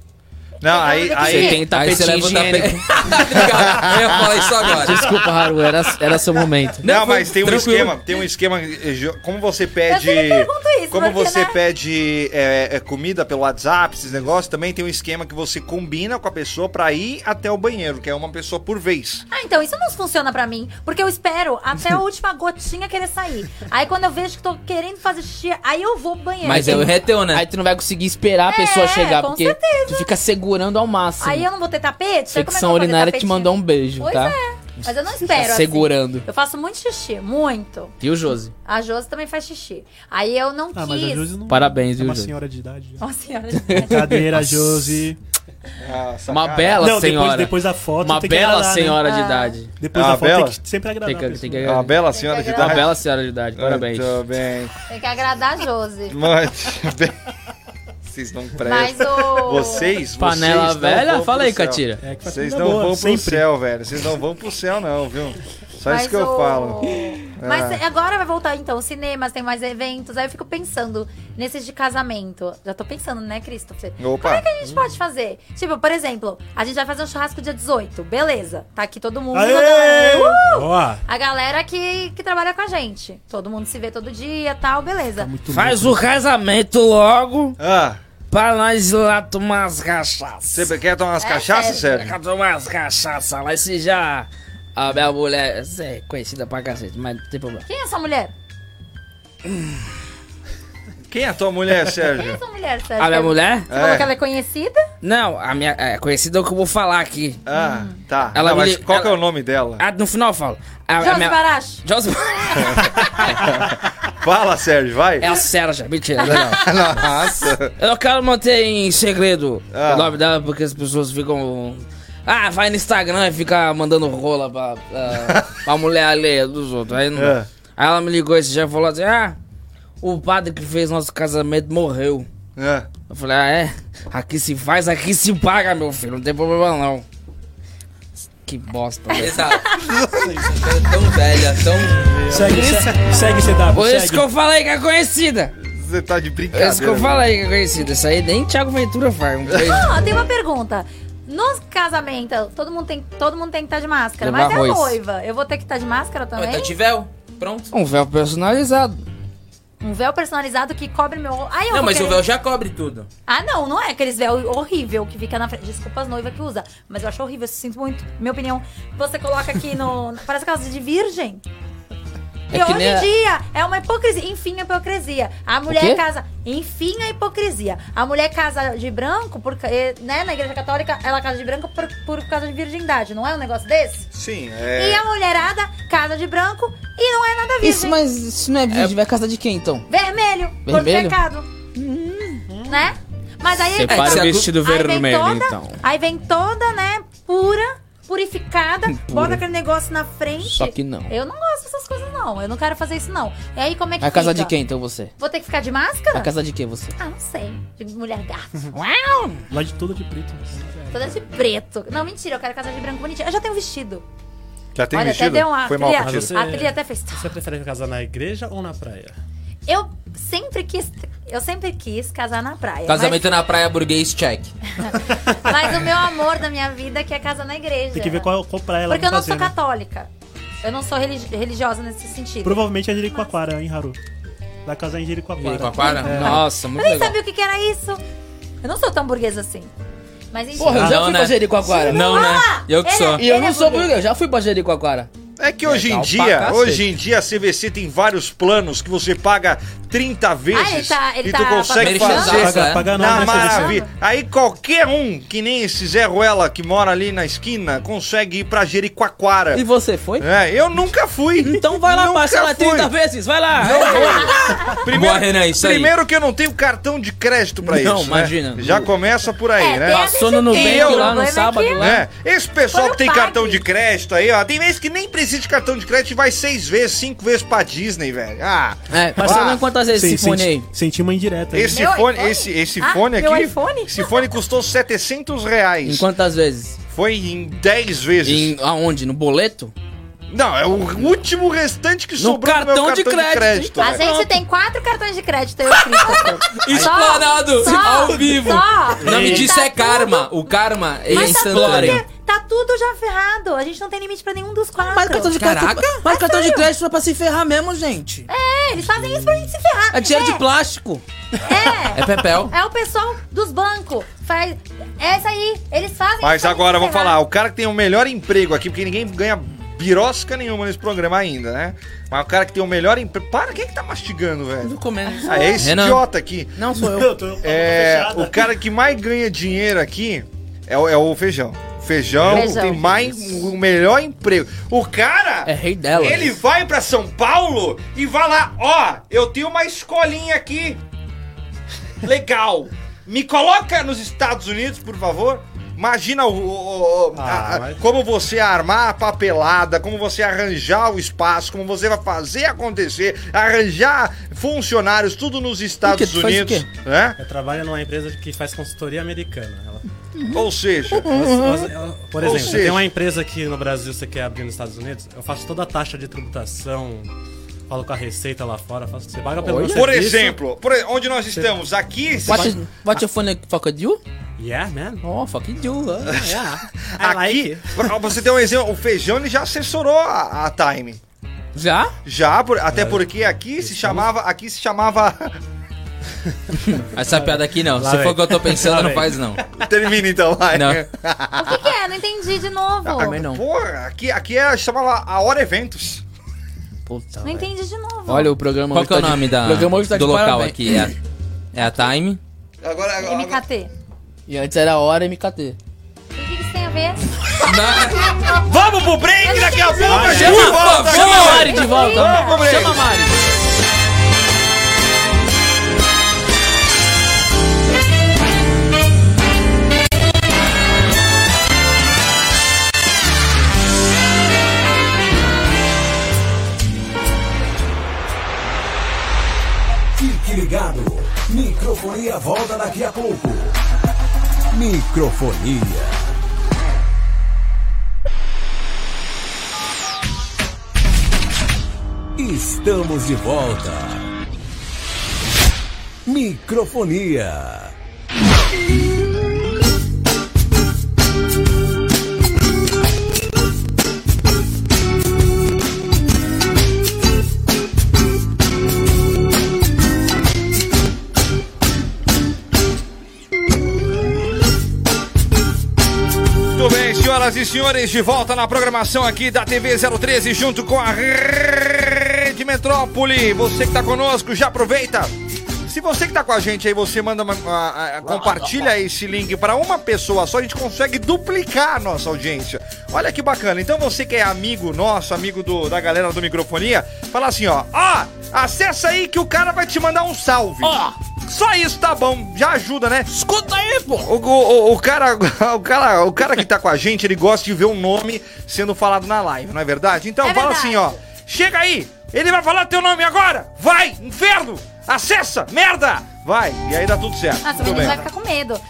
Speaker 6: Não, aí,
Speaker 5: Você
Speaker 6: aí,
Speaker 9: Você tem
Speaker 7: Aí
Speaker 9: tapete
Speaker 7: você leva o
Speaker 9: higiênico.
Speaker 7: tapete. Obrigado, Eu ia falar isso agora.
Speaker 9: Desculpa, Haru, é- era, era seu momento.
Speaker 6: Não,
Speaker 7: Não, foi
Speaker 6: mas tem um
Speaker 7: tranquilo.
Speaker 6: esquema, tem um esquema. eh, jo- Como você pede.
Speaker 5: sempre pergunto isso,
Speaker 6: como
Speaker 5: porque,
Speaker 6: você
Speaker 5: né?
Speaker 6: pede eh, eh, comida pelo WhatsApp, esses negócios, também tem um esquema que você combina com a pessoa pra ir até o banheiro, que é uma pessoa por vez.
Speaker 5: Ah, então isso não funciona pra mim. Porque eu espero até a última gotinha querer sair. Aí quando eu vejo que tô querendo fazer xixi, aí eu vou pro banheiro.
Speaker 7: Mas é o reteu, né?
Speaker 9: Aí tu não vai conseguir esperar a pessoa
Speaker 5: É,
Speaker 9: chegar,
Speaker 5: com
Speaker 9: porque
Speaker 5: certeza.
Speaker 9: tu fica segurando ao máximo.
Speaker 5: Aí eu não vou ter tapete? Aí como é que eu
Speaker 9: Secção
Speaker 5: vou fazer
Speaker 9: urinária te
Speaker 5: tapetinho?
Speaker 9: mandou um beijo,
Speaker 5: Pois
Speaker 9: tá?
Speaker 5: é. Mas eu não espero. assim.
Speaker 9: segurando.
Speaker 5: Eu faço muito xixi, muito.
Speaker 9: E o Josi?
Speaker 5: A Josi também faz xixi. Aí eu não
Speaker 10: Ah, mas a
Speaker 5: quis.
Speaker 10: Josi não. É
Speaker 9: Parabéns, viu,
Speaker 10: uma
Speaker 9: Josi?
Speaker 10: senhora de idade. já.
Speaker 5: Nossa senhora.
Speaker 10: Brincadeira, Josi.
Speaker 6: Ah, sacana.
Speaker 9: Uma bela
Speaker 10: Não, depois,
Speaker 9: senhora.
Speaker 10: depois da foto.
Speaker 9: Uma
Speaker 10: tem que
Speaker 9: bela
Speaker 10: agradar, né?
Speaker 9: senhora de idade.
Speaker 10: Depois
Speaker 6: Ah,
Speaker 10: da foto
Speaker 6: bela?
Speaker 10: tem que sempre
Speaker 9: Tem
Speaker 10: agradar.
Speaker 9: que,
Speaker 10: a
Speaker 9: tem
Speaker 10: pessoa.
Speaker 9: que
Speaker 6: É Uma
Speaker 9: agradar.
Speaker 6: bela senhora de
Speaker 9: Uma
Speaker 6: idade.
Speaker 9: Tá bela senhora de idade, parabéns.
Speaker 6: Muito bem.
Speaker 5: Tem que agradar a Josi.
Speaker 6: Muito bem. Vocês não
Speaker 5: Mas
Speaker 6: prestam.
Speaker 5: o.
Speaker 6: Vocês,
Speaker 9: Panela
Speaker 6: vocês não
Speaker 9: velha?
Speaker 6: vão
Speaker 9: Fala
Speaker 6: pro
Speaker 9: aí,
Speaker 6: céu.
Speaker 9: Catira.
Speaker 10: É que faz
Speaker 8: Tá
Speaker 6: Vocês
Speaker 10: comida
Speaker 6: não
Speaker 10: boa,
Speaker 6: vão pro
Speaker 10: sempre.
Speaker 6: céu, velho. Vocês não vão pro céu, não, viu? Só isso que eu
Speaker 5: o-
Speaker 6: falo. Ah.
Speaker 5: Mas agora vai voltar, então, os cinemas, tem mais eventos. Aí eu fico pensando nesses de casamento. Já tô pensando, né, Christopher?
Speaker 6: Opa.
Speaker 5: Como é que a gente pode fazer? Tipo, por exemplo, a gente vai fazer um churrasco dia 18. Beleza. Tá aqui todo mundo.
Speaker 10: Aê!
Speaker 5: a galera- Uh!
Speaker 8: Boa!
Speaker 5: A galera que, que trabalha com a gente. Todo mundo se vê todo dia tal,
Speaker 6: Tá
Speaker 5: beleza.
Speaker 9: Faz o casamento logo
Speaker 6: Ah,
Speaker 9: pra nós ir lá tomar as cachaças.
Speaker 6: você quer tomar
Speaker 5: É,
Speaker 6: umas cachaças, Sérgio?
Speaker 9: Quer tomar umas cachaças lá, esse já... A minha mulher essa é conhecida pra cacete, mas não tem problema.
Speaker 5: Quem é essa mulher?
Speaker 6: Quem é a tua mulher,
Speaker 5: Quem é
Speaker 6: Sérgio?
Speaker 5: essa mulher, Sérgio?
Speaker 9: A Ah, minha mulher?
Speaker 5: Você falou
Speaker 6: É.
Speaker 5: que ela é conhecida?
Speaker 9: Não, a minha é conhecida é o que eu vou falar aqui.
Speaker 6: Ah, tá.
Speaker 9: Ela
Speaker 6: Não,
Speaker 9: me
Speaker 6: mas
Speaker 9: li-
Speaker 6: qual que é o
Speaker 9: ela-
Speaker 6: nome dela?
Speaker 9: Ah, no final eu falo. A, a
Speaker 5: Josi
Speaker 9: minha...
Speaker 5: Baracho.
Speaker 9: Josi...
Speaker 6: Fala, Sérgio, vai.
Speaker 9: é a Sérgia, mentira, não.
Speaker 6: Nossa.
Speaker 9: Eu não quero manter em segredo
Speaker 6: Ah.
Speaker 9: o nome dela, porque as pessoas ficam. Ah, vai no Instagram e fica mandando rola pra, pra, pra mulher alheia dos outros. Aí, não-
Speaker 6: É.
Speaker 9: aí ela me ligou esse dia e falou assim: Ah, o padre que fez nosso casamento morreu.
Speaker 6: Ah,
Speaker 9: Eu falei: Ah, é? Aqui se faz, aqui se paga, meu filho, não tem problema não. Que bosta. né? velho.
Speaker 7: Exato. É tão velha, tão.
Speaker 8: Segue, se- segue CW,
Speaker 9: Por isso
Speaker 8: segue.
Speaker 9: que eu falei que é conhecida.
Speaker 6: Você tá de
Speaker 9: Por
Speaker 6: brincadeira.
Speaker 9: isso que eu
Speaker 6: né?
Speaker 9: falei que é conhecida. Isso aí nem Thiago Ventura faz. Um beijo.
Speaker 5: Ah, tem uma pergunta. Nos casamentos, todo mundo tem, todo mundo tem que estar de máscara,
Speaker 9: Levar
Speaker 5: mas é
Speaker 9: arroz.
Speaker 5: a noiva. Eu vou ter que estar de máscara
Speaker 7: Ó, Tá
Speaker 5: também?
Speaker 7: de véu. Pronto.
Speaker 9: Um véu personalizado.
Speaker 5: Um véu personalizado que cobre meu... Ai, eu
Speaker 7: Não,
Speaker 5: vou
Speaker 7: mas o
Speaker 5: querer-
Speaker 7: véu já cobre tudo.
Speaker 5: Ah, não, não é aqueles véu horrível que fica na frente. Desculpa as noivas que usa, mas eu acho horrível, eu sinto muito. Minha opinião, você coloca aqui no... Parece aquelas de virgem.
Speaker 9: É
Speaker 5: e
Speaker 9: que
Speaker 5: hoje
Speaker 9: nem
Speaker 5: em
Speaker 9: a-
Speaker 5: dia é uma hipocrisia. Enfim, a hipocrisia. A
Speaker 9: quê?
Speaker 5: mulher casa. Enfim, a hipocrisia. A mulher casa de branco, porque, né? Na igreja católica, ela casa de branco por, por causa de virgindade, não é um negócio desse?
Speaker 6: Sim,
Speaker 5: E
Speaker 6: é.
Speaker 5: a mulherada casa de branco e não é nada virgem.
Speaker 9: Isso, mas isso não é vídeo. Vai casar de quem então?
Speaker 5: Vermelho, cor do
Speaker 9: Vermelho?
Speaker 5: pecado. Né? Mas aí... então,
Speaker 7: Separa
Speaker 5: aí
Speaker 7: o
Speaker 5: vem
Speaker 7: vestido
Speaker 5: toda- né?
Speaker 9: então.
Speaker 5: Aí vem toda, né, pura, purificada, bota aquele negócio na frente.
Speaker 9: Só que não.
Speaker 5: Eu não gosto dessas coisas, não. Eu não quero fazer isso, não. E aí, como é que
Speaker 9: Vai casar de
Speaker 5: fica?
Speaker 9: quem então você?
Speaker 5: Vou ter que ficar de máscara?
Speaker 9: Vai casar de quem você?
Speaker 5: Ah, não sei. De mulher garfo.
Speaker 10: Lá de todo de preto.
Speaker 5: Toda de preto. Não, mentira. Eu quero casar de branco bonitinho. Eu já tenho um vestido.
Speaker 6: Já tem
Speaker 5: Olha,
Speaker 6: vestido?
Speaker 5: até deu uma...
Speaker 6: Foi mal
Speaker 5: a
Speaker 6: partido.
Speaker 5: trilha,
Speaker 4: você-
Speaker 5: a trilha até fez...
Speaker 4: Você prefere casar na igreja ou na praia?
Speaker 5: Eu sempre quis... Eu sempre quis casar na praia. mas-
Speaker 7: Casamento na praia burguês check.
Speaker 5: Mas o meu amor da minha vida é que é casar na igreja.
Speaker 10: Tem que ver qual, qual praia ela
Speaker 5: Porque eu
Speaker 10: vai
Speaker 5: não
Speaker 10: fazer,
Speaker 5: sou
Speaker 10: né?
Speaker 5: católica. Eu não sou religi- religiosa nesse sentido.
Speaker 10: Provavelmente é Jericoacoara, hein, Haru? Vai casar em Jericoacoara.
Speaker 7: Jericoacoara?
Speaker 9: É. Nossa, muito
Speaker 5: Eu nem
Speaker 9: legal.
Speaker 5: sabia o que, que era isso. Eu não sou tão burguesa assim. Mas enfim.
Speaker 9: Porra, eu já
Speaker 7: Não,
Speaker 9: fui
Speaker 7: né?
Speaker 9: pra Jericoacoara.
Speaker 7: Não, né? Eu que
Speaker 5: Ele-
Speaker 7: sou.
Speaker 9: E eu
Speaker 5: Ele
Speaker 9: não
Speaker 5: é
Speaker 9: sou
Speaker 5: burguês.
Speaker 9: burguês, eu já fui pra Jericoacoara.
Speaker 6: É que hoje em
Speaker 9: Legal pra
Speaker 6: dia,
Speaker 9: cacete.
Speaker 6: hoje em dia a CVC tem vários planos que você paga 30 vezes
Speaker 5: ele tá- ele
Speaker 6: e tu
Speaker 5: tá
Speaker 6: consegue
Speaker 7: patrocinando?
Speaker 6: fazer
Speaker 7: Merchandising.
Speaker 10: Paga,
Speaker 9: é.
Speaker 10: paga não,
Speaker 6: na
Speaker 10: né, CVC?
Speaker 6: maravilha. Aí qualquer um, que nem esse Zé Ruela que mora ali na esquina, consegue ir pra Jericoacoara.
Speaker 9: E você foi?
Speaker 6: É, eu nunca fui.
Speaker 9: Então vai lá,
Speaker 6: Nunca
Speaker 9: parcela
Speaker 6: fui.
Speaker 9: 30 vezes, vai lá. É. né?
Speaker 7: Boa, Renan, isso aí.
Speaker 6: Primeiro que eu não tenho cartão de crédito pra
Speaker 9: Não,
Speaker 6: isso.
Speaker 9: imagina.
Speaker 6: Né? Já começa por aí,
Speaker 5: É,
Speaker 6: né?
Speaker 5: tem
Speaker 9: Passou no Nubank
Speaker 6: Eu-
Speaker 9: lá
Speaker 5: Vai
Speaker 9: no
Speaker 5: ver
Speaker 9: sábado né?
Speaker 5: que-
Speaker 9: lá.
Speaker 6: É, esse pessoal
Speaker 5: Foi
Speaker 6: que tem
Speaker 5: o padre.
Speaker 6: cartão de crédito aí, ó, tem vezes que nem precisa de cartão de crédito e vai seis vezes, cinco vezes pra Disney, velho. Ah,
Speaker 9: É,
Speaker 6: Ah,
Speaker 9: passou em quantas vezes
Speaker 10: Sim,
Speaker 9: esse fone aí?
Speaker 10: senti, senti uma indireta. aí.
Speaker 6: esse
Speaker 5: Meu
Speaker 6: fone,
Speaker 5: iPhone?
Speaker 6: esse, esse
Speaker 5: Ah,
Speaker 6: fone aqui,
Speaker 5: meu iPhone?
Speaker 6: esse fone custou 700 reais.
Speaker 9: Em quantas vezes?
Speaker 6: Foi em 10 vezes.
Speaker 9: Em, aonde? No boleto?
Speaker 6: Não, é o último restante que sobrou no meu
Speaker 9: cartão
Speaker 6: cartão
Speaker 9: de
Speaker 6: de crédito.
Speaker 9: crédito.
Speaker 5: A
Speaker 6: velho.
Speaker 5: gente tem quatro cartões de crédito eu Cristo.
Speaker 7: Explanado, ao vivo.
Speaker 5: Só,
Speaker 7: O nome
Speaker 5: Tá
Speaker 7: disso é
Speaker 5: tudo-
Speaker 7: karma. O karma ele é
Speaker 5: Mas tá tudo,
Speaker 7: instantâneo.
Speaker 5: tá tudo já ferrado. A gente não tem limite pra nenhum dos quatro.
Speaker 9: Mas cartão de
Speaker 7: Caraca.
Speaker 9: crédito. Mas cartão de crédito é pra se ferrar mesmo, gente.
Speaker 5: É, eles fazem isso pra gente se ferrar.
Speaker 9: É dinheiro
Speaker 5: é,
Speaker 9: de plástico.
Speaker 5: É.
Speaker 7: É Pepel.
Speaker 5: É o pessoal dos bancos. Faz. É isso aí. Eles fazem.
Speaker 6: Mas
Speaker 5: isso
Speaker 6: agora,
Speaker 5: pra
Speaker 6: vamos
Speaker 5: gente
Speaker 6: falar, o cara que tem o melhor emprego aqui, porque ninguém ganha birosca nenhuma nesse programa ainda, né? Mas o cara que tem o melhor emprego... Para, quem é que tá mastigando, velho?
Speaker 9: comendo.
Speaker 6: Ah, é esse
Speaker 7: Renan.
Speaker 6: idiota aqui.
Speaker 9: Não sou eu.
Speaker 10: Eu tô com a boca
Speaker 6: É,
Speaker 10: fechada.
Speaker 6: o cara que mais ganha dinheiro aqui é o, é o feijão. Feijão,
Speaker 5: Feijão.
Speaker 6: tem mais o melhor emprego. O cara,
Speaker 9: É rei dela.
Speaker 6: ele vai pra São Paulo e vai lá, ó, eu tenho uma escolinha aqui. Legal. Me coloca nos Estados Unidos, por favor. Imagina o, o- o- a-
Speaker 4: Ah,
Speaker 6: a-
Speaker 4: mas-
Speaker 6: como você armar a papelada, como você arranjar o espaço, como você vai fazer acontecer, arranjar funcionários, tudo nos Estados
Speaker 9: tu faz o
Speaker 6: Unidos, né?
Speaker 4: Ela trabalha numa empresa que faz consultoria americana. Ela-
Speaker 6: Ou seja,
Speaker 4: elas- elas- ela- por
Speaker 6: Uhum. Ou
Speaker 4: exemplo,
Speaker 6: seja-
Speaker 4: tem uma empresa aqui no Brasil que você quer abrir nos Estados Unidos, eu faço toda a taxa de tributação, falo com a receita lá fora, faço, você paga pelo meu
Speaker 6: por
Speaker 4: serviço.
Speaker 6: exemplo, por e- onde nós estamos? Aqui,
Speaker 9: What, is- what your phone fuck with you?
Speaker 4: Yeah, man.
Speaker 9: Oh, fuck you. ah, yeah.
Speaker 4: I like
Speaker 6: aqui
Speaker 4: it.
Speaker 6: pra você ter um exemplo, o feijão ele já assessorou a, a Time.
Speaker 9: Já?
Speaker 6: Já, por-
Speaker 9: É.
Speaker 6: até porque aqui se chamava. Aqui se chamava.
Speaker 7: Essa piada aqui não.
Speaker 4: Lá
Speaker 7: Se
Speaker 4: vem.
Speaker 7: for o que eu tô pensando,
Speaker 4: Lá
Speaker 7: não
Speaker 4: vem.
Speaker 7: faz não.
Speaker 6: Termina então, vai.
Speaker 7: Não.
Speaker 5: O que, que é? Não entendi de novo.
Speaker 9: Também não.
Speaker 6: Porra, aqui, aqui é, chamava a Hora Eventos.
Speaker 9: Puta.
Speaker 5: Não entendi de novo.
Speaker 9: Olha o programa
Speaker 7: Qual
Speaker 9: hoje
Speaker 7: que é o
Speaker 9: tá de-
Speaker 7: nome da,
Speaker 9: O programa hoje tá
Speaker 7: do
Speaker 9: de
Speaker 7: local
Speaker 9: parabéns.
Speaker 7: aqui? É, a- é a Time.
Speaker 6: Agora, agora, agora.
Speaker 5: MKT.
Speaker 9: E antes era hora MKT.
Speaker 5: E O que, que isso tem a ver?
Speaker 7: Na-
Speaker 6: Vamos pro break daqui a pouco, a gente
Speaker 9: Chama,
Speaker 6: volta aqui.
Speaker 9: chama a Mari de volta.
Speaker 6: Vamos pro break.
Speaker 9: Chama a Mari.
Speaker 11: Fique ligado. Microfonia volta daqui a pouco. Microfonia. Estamos de volta. Microfonia.
Speaker 6: Muito bem, senhoras e senhores, de volta na programação aqui da TV 013, junto com a Rede Metrópole. Você que tá conosco, já aproveita. Se você que tá com a gente aí, você manda uma, a- a- compartilha esse link para uma pessoa só, a gente consegue duplicar a nossa audiência. Olha que bacana. Então você que é amigo nosso, amigo do- da galera do microfonia, fala assim, ó, ó, acessa aí que o cara vai te mandar um salve. Ó. Só isso tá bom, já ajuda, né? Escuta aí, pô! O, o- o cara, o, cara, o cara que tá com a gente, ele gosta de ver um nome sendo falado na live, não é verdade? Então fala assim, ó. Chega aí! Ele vai falar teu nome agora! Vai! Inferno! Acessa! Merda! Vai! E aí dá tudo certo.
Speaker 5: Nossa, o
Speaker 6: tudo
Speaker 5: menino
Speaker 6: bem.
Speaker 5: vai ficar com medo.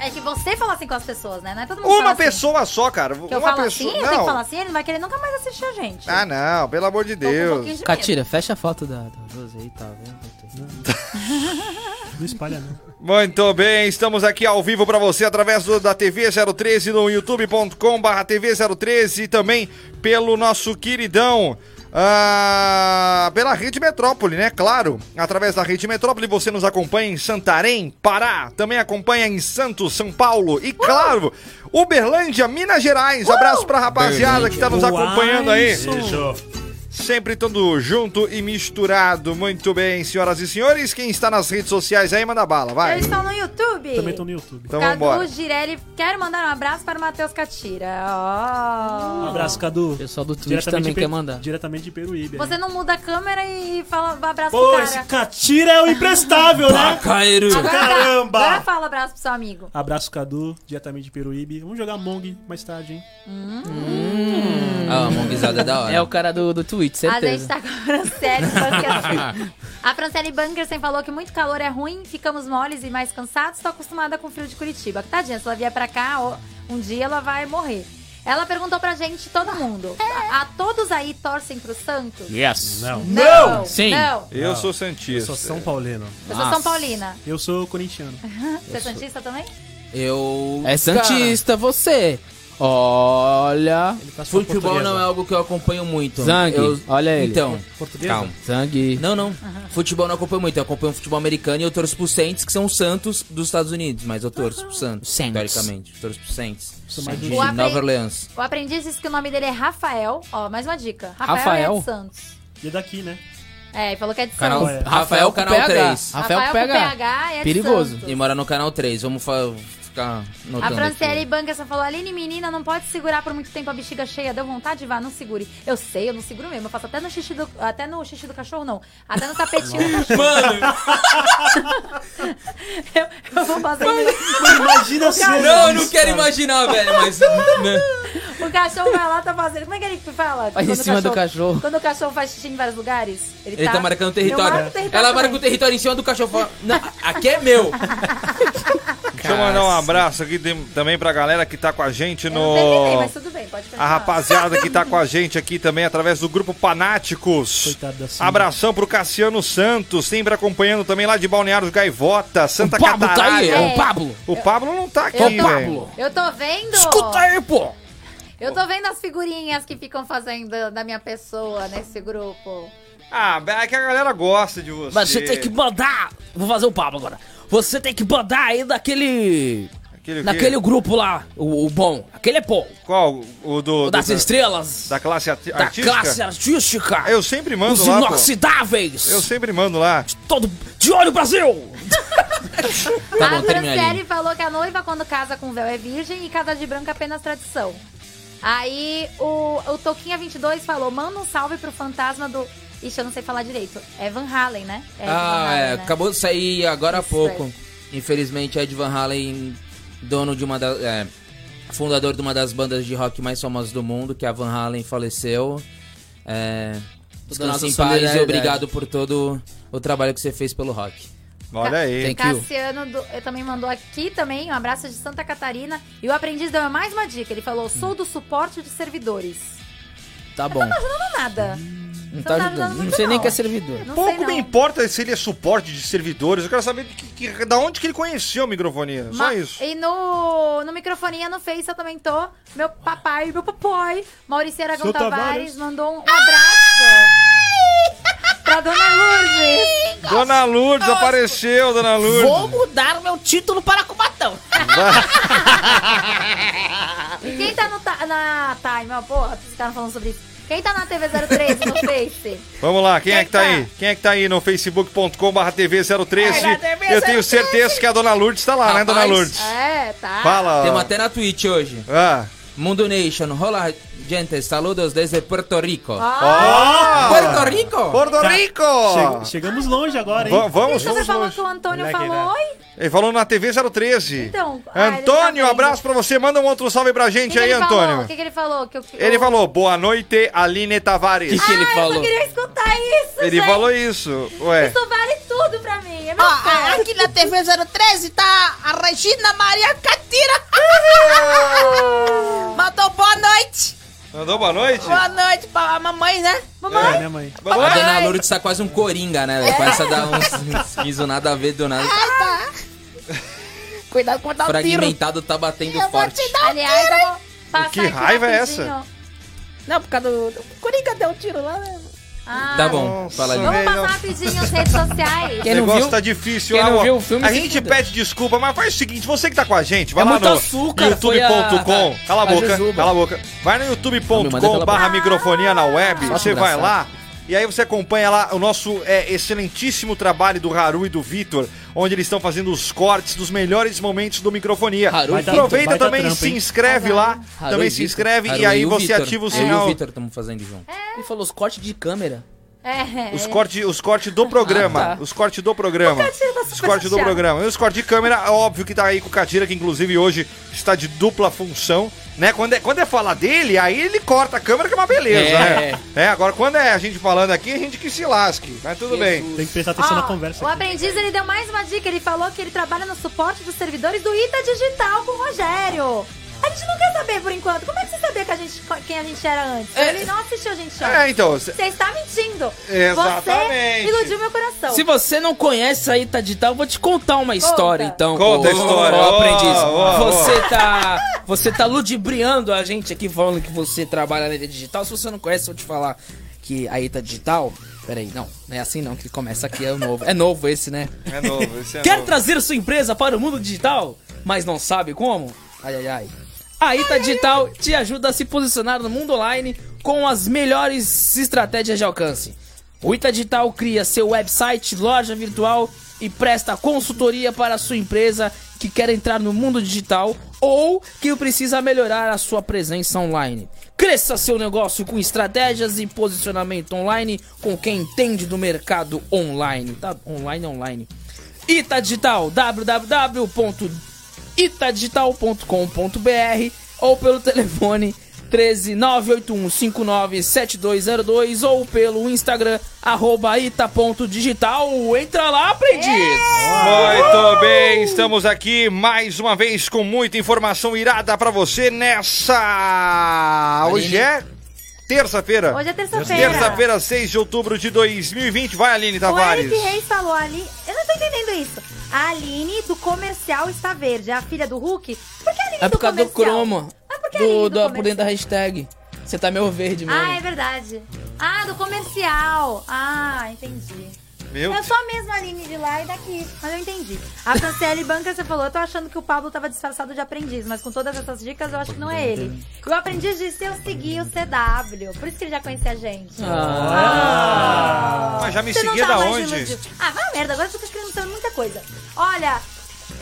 Speaker 5: É que você fala assim com as pessoas, né? Não é todo mundo que
Speaker 6: Uma
Speaker 5: fala assim.
Speaker 6: pessoa só, cara.
Speaker 5: Que eu
Speaker 6: uma
Speaker 5: falo
Speaker 6: pessoa.
Speaker 5: assim, eu tenho que falar
Speaker 6: não.
Speaker 5: assim, ele não vai querer nunca mais assistir a gente. um
Speaker 6: Ah, não, pelo amor de Deus.
Speaker 5: pouquinho de
Speaker 7: Catira, fecha a foto da, da Rose aí, tá vendo?
Speaker 10: Não espalha, não.
Speaker 6: Muito bem, estamos aqui ao vivo para você através do- da TV 013 no youtube.com barra TV 013 e também pelo nosso queridão. ah, pela Rede Metrópole, né? Claro, através da Rede Metrópole você nos acompanha em Santarém, Pará, também acompanha em Santos, São Paulo e, claro, Uberlândia, Minas Gerais. Abraço pra rapaziada que tá nos
Speaker 8: Uai,
Speaker 6: acompanhando aí.
Speaker 8: beijo.
Speaker 6: Sempre tudo junto e misturado. Muito bem, senhoras e senhores. Quem está nas redes sociais aí, manda bala, vai.
Speaker 5: Eles estão no YouTube.
Speaker 6: Também estão no YouTube. Então
Speaker 5: Cadu
Speaker 6: vambora.
Speaker 5: Girelli, quero mandar um abraço para o Matheus Catira. Oh. Ó.
Speaker 10: Um abraço, Cadu.
Speaker 7: Pessoal do Twitch
Speaker 10: Diretamente
Speaker 7: também
Speaker 10: de Pe-
Speaker 7: quer mandar.
Speaker 10: Diretamente de Peruíbe.
Speaker 5: Você não muda a câmera e fala um abraço
Speaker 10: Pô,
Speaker 5: pro
Speaker 10: esse
Speaker 5: cara.
Speaker 10: Catira é o imprestável, né?
Speaker 5: Agora,
Speaker 10: Caramba!
Speaker 5: Agora fala um abraço pro seu amigo.
Speaker 10: Abraço, Cadu, diretamente de Peruíbe. Vamos jogar Mong mais tarde, hein?
Speaker 7: Ah, a monguizada é da hora.
Speaker 10: É
Speaker 7: o cara do, do Twitch,
Speaker 5: A gente tá com a Franciele Bunker. a Franciele Bunkersen falou que muito calor é ruim, ficamos moles e mais cansados. Tô acostumada com o frio de Curitiba. Tadinha, se ela vier pra cá, ó, um dia ela vai morrer. Ela perguntou pra gente, todo mundo. A, a todos aí torcem pro Santos?
Speaker 6: Yes. Não.
Speaker 5: Não. Não. Sim. Não.
Speaker 6: Eu
Speaker 10: Não.
Speaker 6: sou Santista.
Speaker 10: Eu sou São Paulino.
Speaker 5: Eu sou São Paulina.
Speaker 10: Eu sou corintiano.
Speaker 5: Você é Santista também?
Speaker 7: Eu.
Speaker 10: É
Speaker 7: Santista, você! Olha.
Speaker 9: uma
Speaker 7: Futebol
Speaker 9: portuguesa.
Speaker 7: não é algo que eu acompanho muito.
Speaker 9: Zang,
Speaker 7: Eu-
Speaker 9: olha ele.
Speaker 7: Então,
Speaker 9: Portuguesa?
Speaker 7: calma.
Speaker 9: Zang.
Speaker 7: Não, não. Futebol não acompanho muito. Eu acompanho futebol americano e eu torço pro Saints, que são os Santos dos Estados Unidos. Mas eu torço pro Santos, teoricamente. Eu torço pro Saints.
Speaker 9: Sou mais
Speaker 7: De
Speaker 5: do- O apre-
Speaker 7: Nova Orleans.
Speaker 5: O aprendiz disse que o nome dele é Rafael. Ó, mais uma dica. Rafael,
Speaker 7: Rafael?
Speaker 5: é de Santos.
Speaker 10: E é daqui, né?
Speaker 5: É, ele falou que é de
Speaker 7: Canal,
Speaker 5: Santos.
Speaker 7: Rafael, Canal
Speaker 5: PH.
Speaker 7: 3.
Speaker 5: Rafael com PH é de Santos.
Speaker 7: E mora no Canal 3. Vamos fa- ficar
Speaker 5: A
Speaker 7: notando.
Speaker 5: Franciele Bankerson falou: Aline, menina, não pode segurar por muito tempo a bexiga cheia. Deu vontade? Vá, não segure. Eu sei, eu não seguro mesmo. Eu faço até no xixi do, até no xixi do cachorro, não. Até no tapetinho do cachorro. eu, eu vou fazer isso.
Speaker 10: Imagina
Speaker 7: Não,
Speaker 10: se.
Speaker 7: eu não quero imaginar, velho, mas.
Speaker 5: Tá.
Speaker 7: né?
Speaker 5: O cachorro vai lá, tá fazendo. Como é que ele fala?
Speaker 7: Vai em
Speaker 5: Quando o
Speaker 7: cima do cachorro.
Speaker 5: Quando o cachorro faz xixi em vários lugares, ele,
Speaker 7: Ele tá marcando o
Speaker 5: Eu
Speaker 7: território.
Speaker 5: marco o território
Speaker 7: Ela marca
Speaker 5: também.
Speaker 7: o território em cima do cachorro. Fala, Não, aqui é meu.
Speaker 6: Deixa eu mandar um abraço aqui de- também pra galera que tá com a gente no.
Speaker 5: Terminei, mas tudo bem, pode
Speaker 6: A
Speaker 5: continuar.
Speaker 6: rapaziada que tá com a gente aqui também através do grupo Panáticos. Abração pro Cassiano Santos, sempre acompanhando também lá de Balneário Gaivota, Santa
Speaker 9: Pablo tá
Speaker 6: Catarina.
Speaker 9: aí, é o Pablo.
Speaker 6: O Pablo não tá aqui,
Speaker 5: Eu tô-
Speaker 6: velho.
Speaker 5: Eu tô vendo.
Speaker 9: Escuta aí, pô.
Speaker 5: Eu tô vendo as figurinhas que ficam fazendo da minha pessoa nesse grupo.
Speaker 6: Ah, é que a galera gosta de você.
Speaker 9: Mas você tem que mandar. Vou fazer o Pablo agora. Você tem que mandar aí daquele.
Speaker 6: Aquele o quê?
Speaker 9: naquele grupo lá, o, o bom. Aquele é bom.
Speaker 6: Qual? O do.
Speaker 9: O das
Speaker 6: do-
Speaker 9: estrelas.
Speaker 6: Da classe arti-
Speaker 9: Da
Speaker 6: artística?
Speaker 9: classe artística.
Speaker 6: Eu sempre mando
Speaker 9: Os
Speaker 6: lá. pô.
Speaker 9: inoxidáveis.
Speaker 6: Eu sempre mando lá.
Speaker 9: Todo... De olho, Brasil!
Speaker 6: Tá
Speaker 5: a
Speaker 6: bom, termina aí.
Speaker 5: Franciele falou que a noiva, quando casa com véu, é virgem e casa de branco é apenas tradição. Aí o, o Toquinha22 falou: manda um salve pro fantasma do. Ixi, eu não sei falar direito. É Van Halen, né? É Van
Speaker 7: ah,
Speaker 5: Halen,
Speaker 7: é,
Speaker 5: né?
Speaker 7: acabou de sair agora há pouco.
Speaker 5: é.
Speaker 7: Infelizmente, Ed Van Halen, dono de uma das. É, fundador de uma das bandas de rock mais famosas do mundo, que é a Van Halen, faleceu. É,
Speaker 9: Toda nossa
Speaker 7: descanse em paz e
Speaker 9: solidariedade.
Speaker 7: obrigado por todo o trabalho que você fez pelo rock.
Speaker 6: Olha aí.
Speaker 7: Thank you.
Speaker 5: Cassiano do- eu também mandou aqui também um abraço de Santa Catarina. E o aprendiz deu mais uma dica. Ele falou: sou do suporte de servidores.
Speaker 7: Tá bom.
Speaker 5: Não tá ajudando nada.
Speaker 7: Não tá ajudando. Não sei nem que é servidor.
Speaker 6: Pouco me importa se ele é suporte de servidores. Eu quero saber de, que, que- da onde que ele conheceu a microfonia. Só
Speaker 5: Ma-
Speaker 6: isso.
Speaker 5: E no, no microfonia, no Face, eu também tô. Meu papai, meu papai, Maurício Aragão
Speaker 6: Seu
Speaker 5: Tavares,
Speaker 6: Tavares.
Speaker 5: mandou um abraço pra Dona Lourdes.
Speaker 6: Dona Lourdes apareceu, Dona Lourdes.
Speaker 12: Vou mudar o meu título para Cubatão.
Speaker 5: E quem tá no ta- na Time, ó, porra, vocês ficaram falando sobre isso. Quem tá na TV 013 no Face?
Speaker 6: Vamos lá, quem é que tá aí? Quem é que tá aí no facebook.com/barra TV013? Eu tenho certeza que a Dona Lourdes tá lá, né, Dona Lourdes?
Speaker 5: É, tá.
Speaker 6: Fala. Ah.
Speaker 7: Temos até na Twitch hoje. Mundo Nation. Hola, gente. Saludos desde Puerto Rico.
Speaker 10: Ah.
Speaker 7: Puerto Rico? Tá.
Speaker 6: Porto Rico!
Speaker 10: Che- chegamos longe agora, hein?
Speaker 6: Va- vamos,
Speaker 5: Então Você
Speaker 6: vamos,
Speaker 5: falou
Speaker 6: vamos.
Speaker 5: que o Antônio
Speaker 6: Moleque,
Speaker 5: falou,
Speaker 6: né?
Speaker 5: oi?
Speaker 6: Ele falou na TV 013.
Speaker 5: Então, ah, ele tá
Speaker 6: Antônio,
Speaker 5: vendo.
Speaker 6: abraço pra você. Manda um outro salve pra
Speaker 5: O
Speaker 6: gente
Speaker 5: que
Speaker 6: aí,
Speaker 5: que ele falou?
Speaker 6: Antônio.
Speaker 5: O que, que ele falou? Que eu-
Speaker 6: Ele falou, boa noite, Aline Tavares.
Speaker 5: Ah, Eu só queria escutar isso,
Speaker 6: Ele
Speaker 5: gente.
Speaker 6: falou isso. Ué.
Speaker 5: Isso vale tudo pra mim. É
Speaker 12: Ó,
Speaker 5: meu
Speaker 12: a-
Speaker 5: sonho.
Speaker 12: aqui na TV 013 tá a Regina Maria Catira. Mandou boa noite.
Speaker 6: Mandou boa noite?
Speaker 12: Boa noite pra mamãe, né?
Speaker 7: É,
Speaker 10: né, mãe?
Speaker 7: A Dona Lourdes tá quase um coringa, né?
Speaker 5: É.
Speaker 7: velho? Começa a dar uns guiso nada a ver do nada.
Speaker 12: Cuidado com o dar um tiro.
Speaker 7: Fragmentado tá batendo forte.
Speaker 12: um
Speaker 5: Aliás, eu vou passar
Speaker 7: Que
Speaker 5: aqui
Speaker 7: raiva é
Speaker 5: rapidinho.
Speaker 7: essa?
Speaker 12: Não, por causa do... O Coringa deu um tiro lá, né?
Speaker 5: Ah,
Speaker 7: Tá bom, fala ali.
Speaker 5: Vamos passar rapidinho as redes sociais.
Speaker 6: O negócio tá difícil.
Speaker 7: quem não
Speaker 6: ó.
Speaker 7: viu o filme,
Speaker 6: a
Speaker 7: se
Speaker 6: gente pede desculpa, mas faz o seguinte, você que tá com a gente, vai
Speaker 7: É
Speaker 6: lá
Speaker 7: muito
Speaker 6: no
Speaker 7: açúcar,
Speaker 6: youtube.com.
Speaker 7: foi a-
Speaker 6: Cala a
Speaker 7: a
Speaker 6: boca,
Speaker 7: Jujuba.
Speaker 6: cala a boca. Vai no
Speaker 7: Não, me
Speaker 6: youtube.com
Speaker 7: manda
Speaker 6: barra
Speaker 7: aquela-
Speaker 6: microfonia na web,
Speaker 7: Só
Speaker 6: você vai
Speaker 7: engraçado.
Speaker 6: lá e aí você acompanha lá o nosso é, excelentíssimo trabalho do Haru e do Vitor, onde eles estão fazendo os cortes dos melhores momentos do microfonia.
Speaker 7: Haru e Vitor.
Speaker 6: Aproveita
Speaker 7: Baita
Speaker 6: também,
Speaker 7: trampo,
Speaker 6: se
Speaker 7: hein?
Speaker 6: inscreve lá,
Speaker 7: Haru
Speaker 6: também
Speaker 7: e
Speaker 6: se
Speaker 7: Vitor.
Speaker 6: inscreve
Speaker 7: Haru
Speaker 6: e aí
Speaker 7: o
Speaker 6: você
Speaker 7: Vitor. É,
Speaker 6: ativa o
Speaker 7: Eu e
Speaker 6: sinal.
Speaker 7: o Vitor estamos fazendo junto.
Speaker 12: Ele falou os cortes de câmera.
Speaker 5: É.
Speaker 6: Os cortes os corte do programa.
Speaker 7: Ah, tá.
Speaker 6: Os cortes do programa.
Speaker 5: é
Speaker 6: Os cortes do
Speaker 7: chateada.
Speaker 6: programa. E os cortes de câmera, óbvio que tá aí com o Catira, que inclusive hoje está de dupla função. Né? Quando, é, quando é falar dele, aí ele corta a câmera, que é uma beleza,
Speaker 10: É.
Speaker 6: né? É, agora quando é a gente falando aqui, a gente que se lasque. Mas tudo bem.
Speaker 10: Tem que prestar
Speaker 5: Ó,
Speaker 10: atenção
Speaker 7: Ah,
Speaker 10: na conversa.
Speaker 5: o aprendiz ele deu mais uma dica. Ele falou que ele trabalha no suporte dos servidores do Ita Digital com o Rogério. A gente não quer saber por enquanto. Como é que você sabia que a gente, quem a gente era antes? Ele não assistiu a gente antes.
Speaker 7: É, então, cê-
Speaker 5: Você está mentindo.
Speaker 7: Exatamente.
Speaker 5: Você iludiu meu coração.
Speaker 9: Se você não conhece a Ita Digital, eu vou te contar uma história, então.
Speaker 6: Conta a
Speaker 9: ô-
Speaker 6: história.
Speaker 9: ô,
Speaker 6: Ó,
Speaker 9: aprendiz.
Speaker 6: ó, ó.
Speaker 9: você tá. Você tá ludibriando a gente aqui falando que você trabalha na Ita Digital. Se você não conhece, eu vou te falar que a Ita Digital. Peraí, não, não é assim não que começa aqui, é o novo. É novo esse, né?
Speaker 6: É novo, esse é
Speaker 9: Quer
Speaker 6: novo.
Speaker 9: trazer sua empresa para o mundo digital, mas não sabe como? Ai, ai, ai. A Ita Digital te ajuda a se posicionar no mundo online com as melhores estratégias de alcance. O Ita Digital cria seu website, loja virtual e presta consultoria para a sua empresa que quer entrar no mundo digital ou que precisa melhorar a sua presença online. Cresça seu negócio com estratégias e posicionamento online com quem entende do mercado online. Tá? Online, online. Ita Digital, www.itadigital.com.br ou pelo telefone 13 981 59 7202 ou pelo Instagram arroba ita.digital. Entra lá, aprendiz!
Speaker 6: Muito bem, estamos aqui mais uma vez com muita informação irada pra você nessa. Hoje é terça-feira.
Speaker 5: Hoje é terça-feira.
Speaker 6: Terça-feira, 6 de outubro de 2020. Vai, Aline
Speaker 5: O
Speaker 6: Tavares.
Speaker 5: Eric Reis falou ali. Eu não tô entendendo isso. A Aline do comercial está verde, a filha do Hulk. Por que a Aline
Speaker 9: É
Speaker 5: do
Speaker 9: por causa do
Speaker 5: comercial? Ah,
Speaker 9: croma. do, do, por dentro da hashtag. Você tá meio verde mesmo.
Speaker 5: Ah, é verdade. Ah, do comercial. Ah, entendi.
Speaker 9: Meu
Speaker 5: Eu sou a mesma Aline de lá e daqui, mas eu entendi. A Franciele Banca, você falou, eu tô achando que o Pablo tava disfarçado de aprendiz, mas com todas essas dicas eu acho que não é ele. E o aprendiz disse eu segui o CW, por isso que ele já conhecia a gente.
Speaker 9: Ah.
Speaker 6: Mas já me
Speaker 5: Você não
Speaker 6: seguia
Speaker 5: tá
Speaker 6: da
Speaker 5: mais
Speaker 6: onde?
Speaker 5: iludido. Ah, vai a merda, agora você tá escrevendo muita coisa. Olha,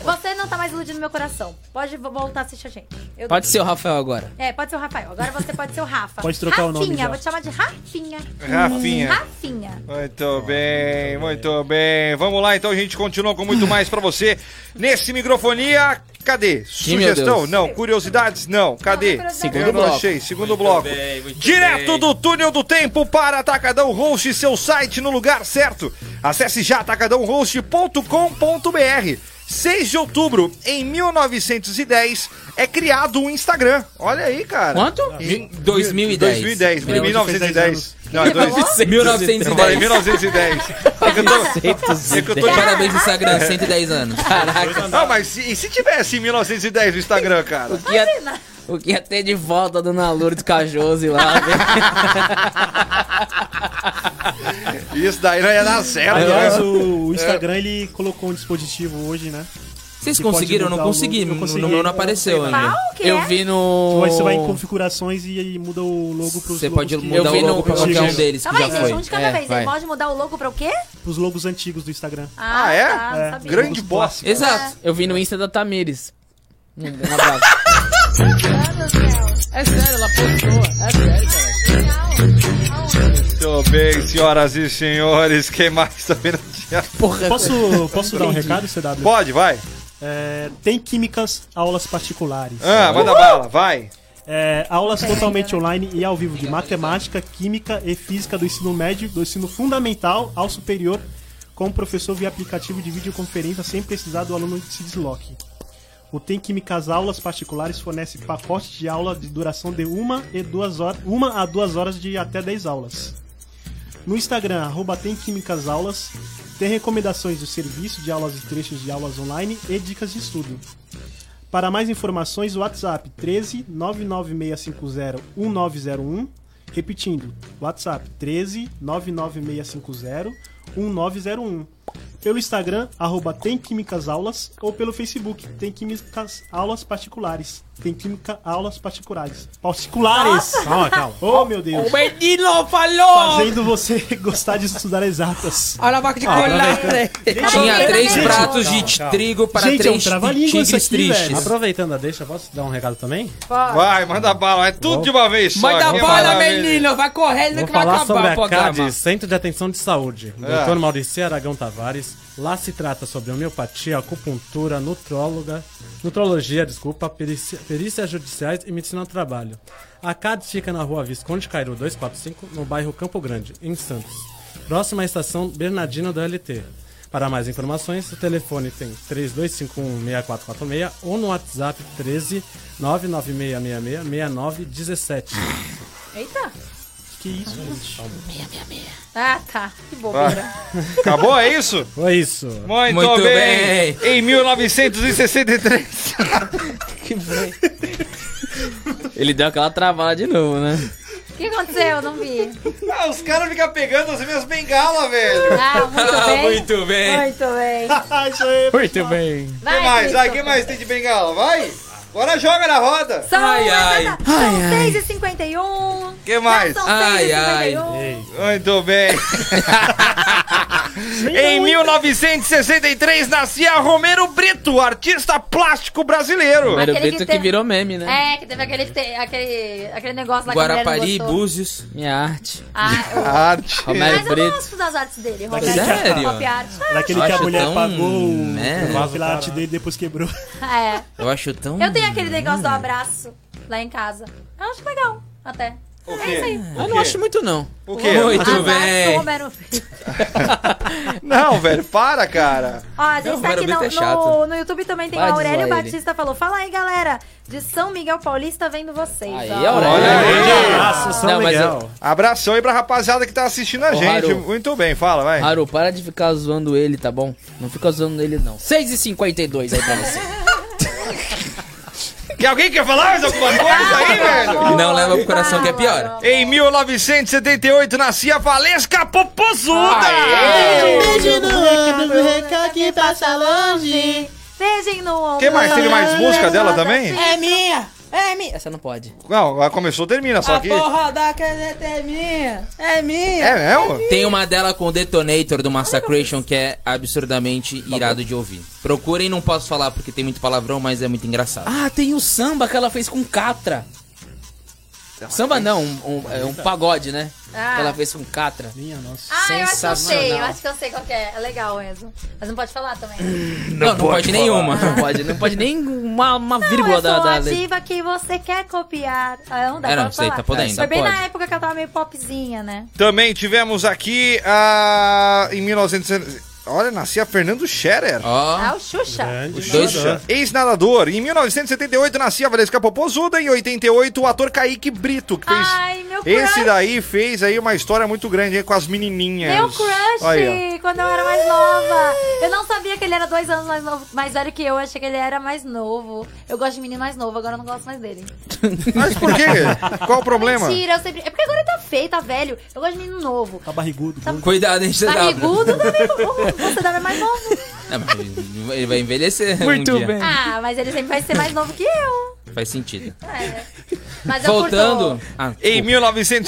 Speaker 5: você não tá mais iludindo meu coração. Pode vo- voltar a assistir a gente.
Speaker 10: É.
Speaker 5: Eu-
Speaker 9: Pode ser o Rafael agora.
Speaker 5: É, pode ser o Rafael. Agora você pode ser o Rafa.
Speaker 9: Pode trocar o nome
Speaker 5: Rafinha,
Speaker 9: já.
Speaker 5: vou te chamar de Rafinha.
Speaker 6: Rafinha.
Speaker 5: Hum, Rafinha.
Speaker 6: Muito bem, muito bem. Vamos lá, então a gente continua com muito mais pra você. Nesse microfonia, cadê?
Speaker 7: Ih, meu
Speaker 6: Sugestão?
Speaker 7: Deus.
Speaker 6: Não. Curiosidades? Não. Cadê?
Speaker 7: Segundo
Speaker 6: Eu não
Speaker 7: bloco.
Speaker 6: achei. Segundo
Speaker 7: Muito
Speaker 6: bloco.
Speaker 7: bem, muito
Speaker 6: Direto
Speaker 7: bem.
Speaker 6: do túnel do tempo para Atacadão Host, seu site no lugar certo. Acesse já atacadãohost.com.br. 6 de outubro, em 1910, é criado o Instagram. Olha aí, cara.
Speaker 7: Quanto?
Speaker 6: Em
Speaker 7: 2010.
Speaker 6: 2010,
Speaker 7: Meu Deus, fez
Speaker 6: 1910.
Speaker 7: dez anos.
Speaker 6: Não, é dois...
Speaker 7: 1910.
Speaker 6: Eu falei 1910. É que eu tô- é que eu tô de-
Speaker 7: Parabéns, Instagram, 110 anos.
Speaker 6: Caraca. Não, mas se- e se tivesse em 1910 no Instagram, cara?
Speaker 7: O que, ia, o que ia ter de volta do Naluro de Cajoso lá,
Speaker 6: Isso daí não ia dar certo.
Speaker 8: Aliás,
Speaker 6: né?
Speaker 8: o,
Speaker 10: É.
Speaker 8: o Instagram ele colocou um dispositivo hoje, né?
Speaker 7: Vocês
Speaker 8: Que pode
Speaker 7: conseguiram? Eu não
Speaker 8: mudar o
Speaker 7: consegui,
Speaker 8: logo. Eu
Speaker 7: no- no meu não apareceu
Speaker 8: consegui.
Speaker 7: ainda. Qual que Eu é? vi no-
Speaker 8: Você vai em configurações e aí muda o logo pros
Speaker 7: Você
Speaker 8: logos
Speaker 7: pode
Speaker 8: que-
Speaker 7: mudar Eu o vi no- logo pra qualquer um deles
Speaker 5: Calma aí, gente, um de cada vez. Ele pode mudar o logo pra o quê?
Speaker 8: Pros logos antigos do Instagram.
Speaker 5: Ah, Ah, é? tá,
Speaker 8: É.
Speaker 5: sabia.
Speaker 8: Logos
Speaker 5: Grande
Speaker 8: clássicos.
Speaker 9: Exato. Eu vi no Insta da Tamires. Um, um abraço. É sério, ela postou. É sério,
Speaker 6: Muito bem, senhoras e senhores. Quem mais tá vendo?
Speaker 8: Porra, posso, posso dar um recado, CW?
Speaker 6: Pode, vai.
Speaker 8: É, tem químicas, aulas particulares.
Speaker 6: Ah, manda bala, vai.
Speaker 8: É, aulas totalmente online e ao vivo de matemática, química e física do ensino médio, do ensino fundamental ao superior, com o professor via aplicativo de videoconferência sem precisar do aluno que se desloque. O Tem Químicas Aulas Particulares fornece pacote de aula de duração de 1 e duas horas, uma a 2 horas de até 10 aulas. No Instagram, arroba Tem Químicas Aulas, tem recomendações do serviço de aulas e trechos de aulas online e dicas de estudo. Para mais informações, WhatsApp 13 99650 1901. Repetindo, WhatsApp 13 99650 1901. Pelo Instagram, arroba Tem Químicas Aulas, ou pelo Facebook, Tem Químicas Aulas Particulares. Tem Química Aulas Particulares. Particulares!
Speaker 10: Nossa! Calma, calma.
Speaker 8: Oh, meu Deus!
Speaker 9: O menino falou!
Speaker 8: Fazendo você gostar de estudar exatas.
Speaker 9: Olha a vaca
Speaker 10: Ah,
Speaker 9: de
Speaker 7: Tinha três pratos de
Speaker 10: calma.
Speaker 7: trigo para
Speaker 8: Gente, é um
Speaker 7: três
Speaker 8: trava-língua isso
Speaker 7: tigres
Speaker 8: aqui, velho.
Speaker 7: tristes.
Speaker 10: Aproveitando a deixa, posso dar um recado também?
Speaker 6: Vai, manda bala. É tudo de uma vez
Speaker 10: tá
Speaker 6: só.
Speaker 9: Manda
Speaker 6: que
Speaker 9: bala,
Speaker 6: maravilha.
Speaker 9: menino! Vai correndo
Speaker 10: Vou
Speaker 9: que vai
Speaker 10: falar sobre
Speaker 9: acabar o
Speaker 10: a
Speaker 9: programa.
Speaker 10: CAD, Centro de Atenção de Saúde.
Speaker 6: É.
Speaker 10: Doutor Maurici Aragão Tavares. Lá se trata sobre homeopatia, acupuntura, nutróloga, nutrologia, desculpa, perici- perícias judiciais e medicina do trabalho. A CAD fica na rua Visconde Cairo 245, no bairro Campo Grande, em Santos. Próxima à estação Bernardino da LT. Para mais informações, o telefone tem 32516446 ou no WhatsApp 13 99666 6917.
Speaker 5: Eita.
Speaker 8: Que isso, gente?
Speaker 5: Ah, tá. Que bobeira.
Speaker 6: Acabou, é isso?
Speaker 10: Foi isso.
Speaker 6: Muito,
Speaker 7: Muito
Speaker 6: bem. Em 1963.
Speaker 7: Ele deu aquela travada de novo, né?
Speaker 5: O que aconteceu? Não vi.
Speaker 6: Ah, os caras ficam pegando as minhas bengalas, velho.
Speaker 5: Ah, muito bem.
Speaker 7: Muito bem.
Speaker 5: Muito bem.
Speaker 8: É isso aí.
Speaker 7: Muito bem.
Speaker 6: O que mais? Ai, que mais tem de bengala? Vai! Agora joga na roda!
Speaker 5: São,
Speaker 7: Ai, ai.
Speaker 5: são 6h51.
Speaker 6: que mais?
Speaker 5: São
Speaker 7: Ai,
Speaker 5: 6h51.
Speaker 6: Muito bem. em 1963 nascia Romero Brito, artista plástico brasileiro.
Speaker 7: Era o
Speaker 5: Aquele que
Speaker 7: Beto que
Speaker 5: teve-
Speaker 7: virou meme, né?
Speaker 5: É, que teve aquele, te- aquele, aquele negócio lá que
Speaker 7: Guarapari,
Speaker 5: ele gostou.
Speaker 7: Búzios.
Speaker 9: Minha arte.
Speaker 5: Ah, eu...
Speaker 6: Arte.
Speaker 5: Mas
Speaker 7: Romero
Speaker 5: eu
Speaker 7: É, Brito.
Speaker 5: gosto das artes dele, Roberto.
Speaker 8: Daquele
Speaker 7: Sério?
Speaker 5: Pop art.
Speaker 8: Daquele
Speaker 7: Eu
Speaker 8: que a
Speaker 7: acho
Speaker 8: mulher
Speaker 7: tão,
Speaker 8: pagou o-
Speaker 7: né?
Speaker 8: o vaso da arte dele e depois quebrou.
Speaker 5: Ah, é.
Speaker 7: Eu acho tão...
Speaker 5: Eu tenho aquele negócio do abraço lá em casa. Eu acho legal, até.
Speaker 6: O
Speaker 5: É isso
Speaker 6: quê?
Speaker 5: aí.
Speaker 7: Eu não acho muito, não.
Speaker 6: O quê?
Speaker 7: Muito
Speaker 5: Abraço,
Speaker 7: bem.
Speaker 5: Romero.
Speaker 6: Não, velho, para, cara.
Speaker 5: Ó, a
Speaker 7: Não,
Speaker 5: gente
Speaker 7: o
Speaker 5: tá
Speaker 7: Romero
Speaker 5: aqui
Speaker 7: Brito
Speaker 5: no,
Speaker 7: é chato.
Speaker 5: no, no YouTube também tem o
Speaker 7: Vai
Speaker 5: Aurélio
Speaker 7: zoar ele.
Speaker 5: Batista falou: Fala aí, galera, de São Miguel Paulista vendo vocês.
Speaker 7: Aí,
Speaker 5: ó.
Speaker 7: Aurélio.
Speaker 6: Olha aí.
Speaker 10: Grande abraço, São
Speaker 7: Não, mas
Speaker 10: Miguel.
Speaker 6: Abração aí pra rapaziada que tá assistindo a
Speaker 7: Ô,
Speaker 6: gente.
Speaker 7: Haru.
Speaker 6: Muito bem, fala, vai.
Speaker 9: Haru, para de ficar zoando ele, tá bom? Não fica zoando ele, não. 6h52 aí pra você.
Speaker 6: Que alguém quer falar mais alguma coisa aí, velho?
Speaker 7: Não leva pro coração que é pior.
Speaker 6: Em 1978 nascia Valesca Popozuda.
Speaker 13: que passa longe.
Speaker 5: Beijinho no ombro.
Speaker 6: Quem mais? Teve mais música dela também?
Speaker 13: É minha, é minha.
Speaker 9: Essa não pode.
Speaker 6: Não, ela começou, termina, só
Speaker 5: Ah,
Speaker 13: A
Speaker 6: que...
Speaker 13: porra da caneta é minha, é minha.
Speaker 6: É mesmo?
Speaker 7: Tem uma dela com o Detonator do Massacration que é absurdamente irado de ouvir. Procurem, não posso falar porque tem muito palavrão, mas é muito engraçado.
Speaker 9: Ah, tem o samba que ela fez com Catra. Samba não, um, um- é um pagode, né?
Speaker 5: Ah.
Speaker 9: Que ela fez com Catra.
Speaker 8: Minha nossa.
Speaker 5: Ah, eu acho que eu sei, eu
Speaker 9: Sensacional.
Speaker 5: acho que eu sei qual que é. É legal mesmo. Mas não pode falar também.
Speaker 9: Não, não, pode, nenhuma. Não pode, não pode nem uma, uma vírgula
Speaker 5: eu sou
Speaker 9: da, da
Speaker 5: a
Speaker 9: lei.
Speaker 5: diva que você quer copiar. Ah, não dá
Speaker 7: É,
Speaker 5: pra
Speaker 7: não, isso aí
Speaker 5: falar.
Speaker 7: tá podendo,
Speaker 5: Foi bem
Speaker 7: pode.
Speaker 5: na época que eu tava meio popzinha, né?
Speaker 6: Também tivemos aqui a... em 1900... Olha, nascia Fernando Scherer.
Speaker 7: Ó,
Speaker 5: Ah, o Xuxa.
Speaker 7: os dois.
Speaker 6: Xuxa, ex-nadador. Em 1978 nascia Valesca Popozuda. Em 88, o ator Kaique Brito, que fez
Speaker 5: Ai, meu
Speaker 6: Esse daí fez aí uma história muito grande hein, com as menininhas.
Speaker 5: Meu crush,
Speaker 6: Aí, ó.
Speaker 5: quando eu era mais nova. Eu não sabia que ele era dois anos mais, novo, mais velho que eu. eu Achei que ele era mais novo. Eu gosto de menino mais novo, agora eu não gosto mais dele.
Speaker 6: Mas por quê? Qual o problema?
Speaker 5: Mentira, eu sempre... É porque agora ele tá feio, tá velho. Eu gosto de menino novo.
Speaker 10: Tá barrigudo.
Speaker 7: Cuidado, hein, CW.
Speaker 5: Barrigudo também. Você deve é mais novo.
Speaker 7: Não, mas ele- ele vai envelhecer. um
Speaker 9: Muito
Speaker 7: dia.
Speaker 9: bem.
Speaker 5: Ah, mas ele sempre vai ser mais novo que eu.
Speaker 7: Faz sentido.
Speaker 5: É. Mas eu
Speaker 7: Voltando.
Speaker 5: curto.
Speaker 7: Ah,
Speaker 6: Em
Speaker 7: desculpa.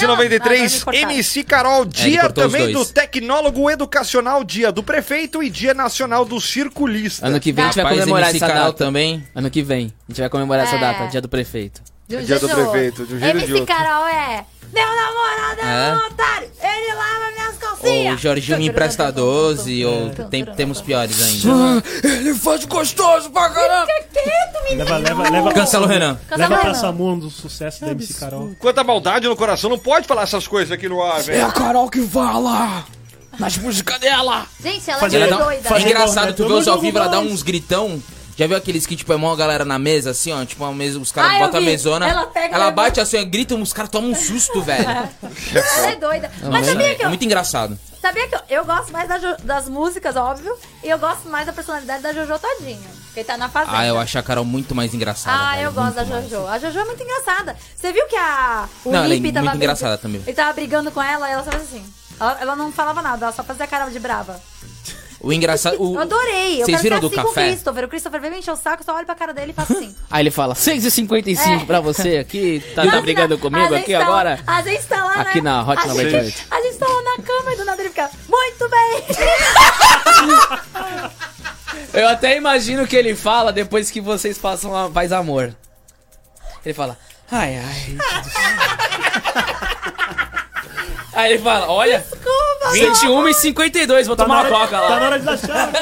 Speaker 5: Não, não,
Speaker 6: 1993,
Speaker 5: não, não, não,
Speaker 6: MC Carol, dia
Speaker 7: É, cortou os
Speaker 6: também do
Speaker 7: dois.
Speaker 6: Tecnólogo Educacional, dia do Prefeito e dia nacional do Circulista.
Speaker 7: ano que vem a gente vai
Speaker 9: Rapaz,
Speaker 7: comemorar
Speaker 9: MC
Speaker 7: essa
Speaker 9: Carol
Speaker 7: data. também.
Speaker 9: Ano que vem. A gente vai comemorar essa
Speaker 5: É.
Speaker 9: data, dia do prefeito.
Speaker 5: De um
Speaker 6: É Dia do
Speaker 5: jeito ou
Speaker 6: prefeito, de um jeito ou de
Speaker 5: Esse
Speaker 6: outro.
Speaker 5: Carol é. Meu namorado é, um
Speaker 7: É?
Speaker 5: otário! Ele lava minhas calcinhas!
Speaker 7: Ou Jorginho me empresta 12, ou tem- temos piores ainda. Ele faz gostoso pra caramba.
Speaker 5: Fica quieto, menino!
Speaker 10: Leva, leva, leva.
Speaker 7: Cancela o Renan.
Speaker 5: Cancela
Speaker 10: Leva
Speaker 5: o
Speaker 10: pra
Speaker 5: Renan.
Speaker 10: Samu um dos sucessos da MC Carol.
Speaker 6: Quanta maldade no coração, não pode falar essas coisas aqui no ar, velho.
Speaker 9: Carol que fala nas músicas dela.
Speaker 5: Gente, ela
Speaker 10: Fazer
Speaker 5: é
Speaker 7: Ela
Speaker 5: meio
Speaker 7: dá um-
Speaker 5: doida.
Speaker 7: É
Speaker 9: né?
Speaker 7: engraçado, tu vê os ao
Speaker 10: jogo
Speaker 7: vivo, ela dá
Speaker 10: mais.
Speaker 7: uns gritão. Já viu aqueles que, tipo, é mó galera na mesa, assim, ó? Tipo, uma mesa, os
Speaker 5: Ah,
Speaker 7: caras
Speaker 5: eu
Speaker 7: botam a
Speaker 5: vi.
Speaker 7: mesona.
Speaker 5: Ela pega, ela
Speaker 7: bate assim, grita, os caras tomam um susto, velho.
Speaker 5: Ela é doida. Mas
Speaker 7: Nossa,
Speaker 5: sabia que
Speaker 7: é
Speaker 5: eu.
Speaker 7: muito engraçado.
Speaker 5: Sabia que eu, eu gosto mais da Jo- das músicas, óbvio, e eu gosto mais da personalidade da Jojo Todinho. Que tá na fazenda.
Speaker 7: Ah, eu acho a Carol muito mais engraçada.
Speaker 5: Ah,
Speaker 7: velho,
Speaker 5: eu gosto da
Speaker 7: muito mais.
Speaker 5: Jojo. A Jojo é muito engraçada. Você viu que a. O
Speaker 7: Não, ela é
Speaker 5: Lipe
Speaker 7: muito
Speaker 5: tava
Speaker 7: engraçada
Speaker 5: briga-
Speaker 7: também.
Speaker 5: Ele tava brigando com ela e ela só fazia assim. Ela, ela não falava nada, ela só fazia cara de brava.
Speaker 7: O engraçado. O...
Speaker 5: Eu adorei. Eu
Speaker 7: Vocês
Speaker 5: quero
Speaker 7: viram
Speaker 5: ser
Speaker 7: do
Speaker 5: assim com o
Speaker 7: café? Tá,
Speaker 5: Christopher. O Christopher vem me encher o saco, só olho pra cara dele e faço assim.
Speaker 9: Aí ele fala, 6h55
Speaker 5: É.
Speaker 9: pra você aqui, tá,
Speaker 5: Às
Speaker 9: tá
Speaker 5: vezes
Speaker 9: brigando
Speaker 5: tá- às
Speaker 9: comigo
Speaker 5: vezes
Speaker 9: aqui
Speaker 5: tá-
Speaker 9: agora?
Speaker 5: Às vezes tá lá,
Speaker 9: Aqui
Speaker 5: né?
Speaker 9: na Hot
Speaker 5: A gente-
Speaker 9: 98.
Speaker 5: A gente tá lá na cama e do nada ele fica, muito bem!
Speaker 9: Eu até imagino o que ele fala depois que vocês façam a paz amor. Ele fala, ai, ai. Aí ele fala, olha,
Speaker 5: Desculpa,
Speaker 9: 21 e 52 vou tomar uma coca
Speaker 10: Tá na
Speaker 9: lá.
Speaker 10: hora de dar chave.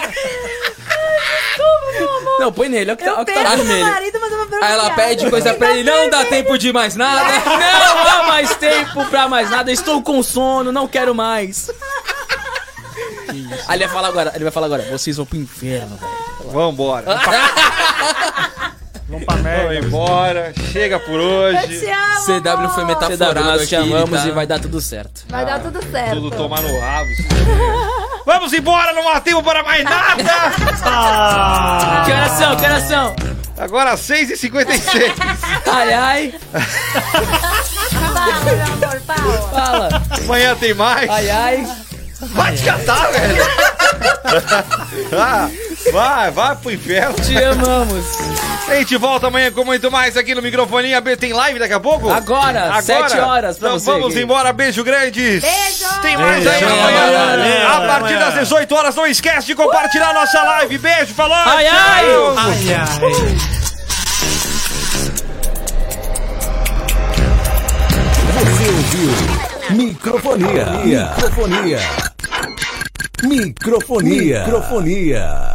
Speaker 9: Não, põe nele, olha o que tá, olha
Speaker 5: eu
Speaker 9: o que tá
Speaker 5: perco
Speaker 9: dando
Speaker 5: meu
Speaker 9: nele.
Speaker 5: marido, mas eu vou perguntar.
Speaker 7: Aí ela pede um coisa pra ele, não dá tempo de mais nada.
Speaker 9: Não há mais tempo pra mais nada, estou com sono, não quero mais. Aí ele vai falar agora, ele vai falar agora, vocês vão pro inferno, velho.
Speaker 6: Vambora.
Speaker 10: Vamos pra merda.
Speaker 6: Vamos embora, chega por
Speaker 5: Eu te
Speaker 9: Tá
Speaker 6: hoje.
Speaker 5: amo,
Speaker 7: CW foi
Speaker 5: amor.
Speaker 7: metaforado.
Speaker 9: CW, nós
Speaker 7: aqui,
Speaker 9: te amamos
Speaker 7: tá?
Speaker 9: e vai dar tudo certo.
Speaker 5: Vai dar tudo certo.
Speaker 6: Tudo tomar no rabo. isso aí. Vamos embora, não há tempo para mais nada.
Speaker 9: Que horas são, que horas são?
Speaker 6: Agora 6h56.
Speaker 9: Ai, ai,
Speaker 5: Fala, meu amor, fala.
Speaker 9: fala.
Speaker 6: Amanhã tem mais.
Speaker 9: Ai, ai.
Speaker 6: Vai te catar, velho. Ah, vai, vai pro inferno.
Speaker 9: Te amamos.
Speaker 6: A gente volta amanhã com muito mais aqui no Microfonia B. Tem live daqui a pouco?
Speaker 9: Agora, sete horas pra
Speaker 6: então
Speaker 9: você,
Speaker 6: vamos
Speaker 9: querido.
Speaker 6: embora, beijo grande.
Speaker 5: Beijo.
Speaker 6: Tem mais aí
Speaker 9: Beijo.
Speaker 6: amanhã.
Speaker 10: Amanhã.
Speaker 6: A partir das 18 horas, não esquece de compartilhar nossa live. Beijo, falou.
Speaker 9: Ai, ai.
Speaker 6: tchau.
Speaker 10: Ai, ai.
Speaker 11: Você ouviu? Microfonia. Microfonia. Microfonia. Microfonia.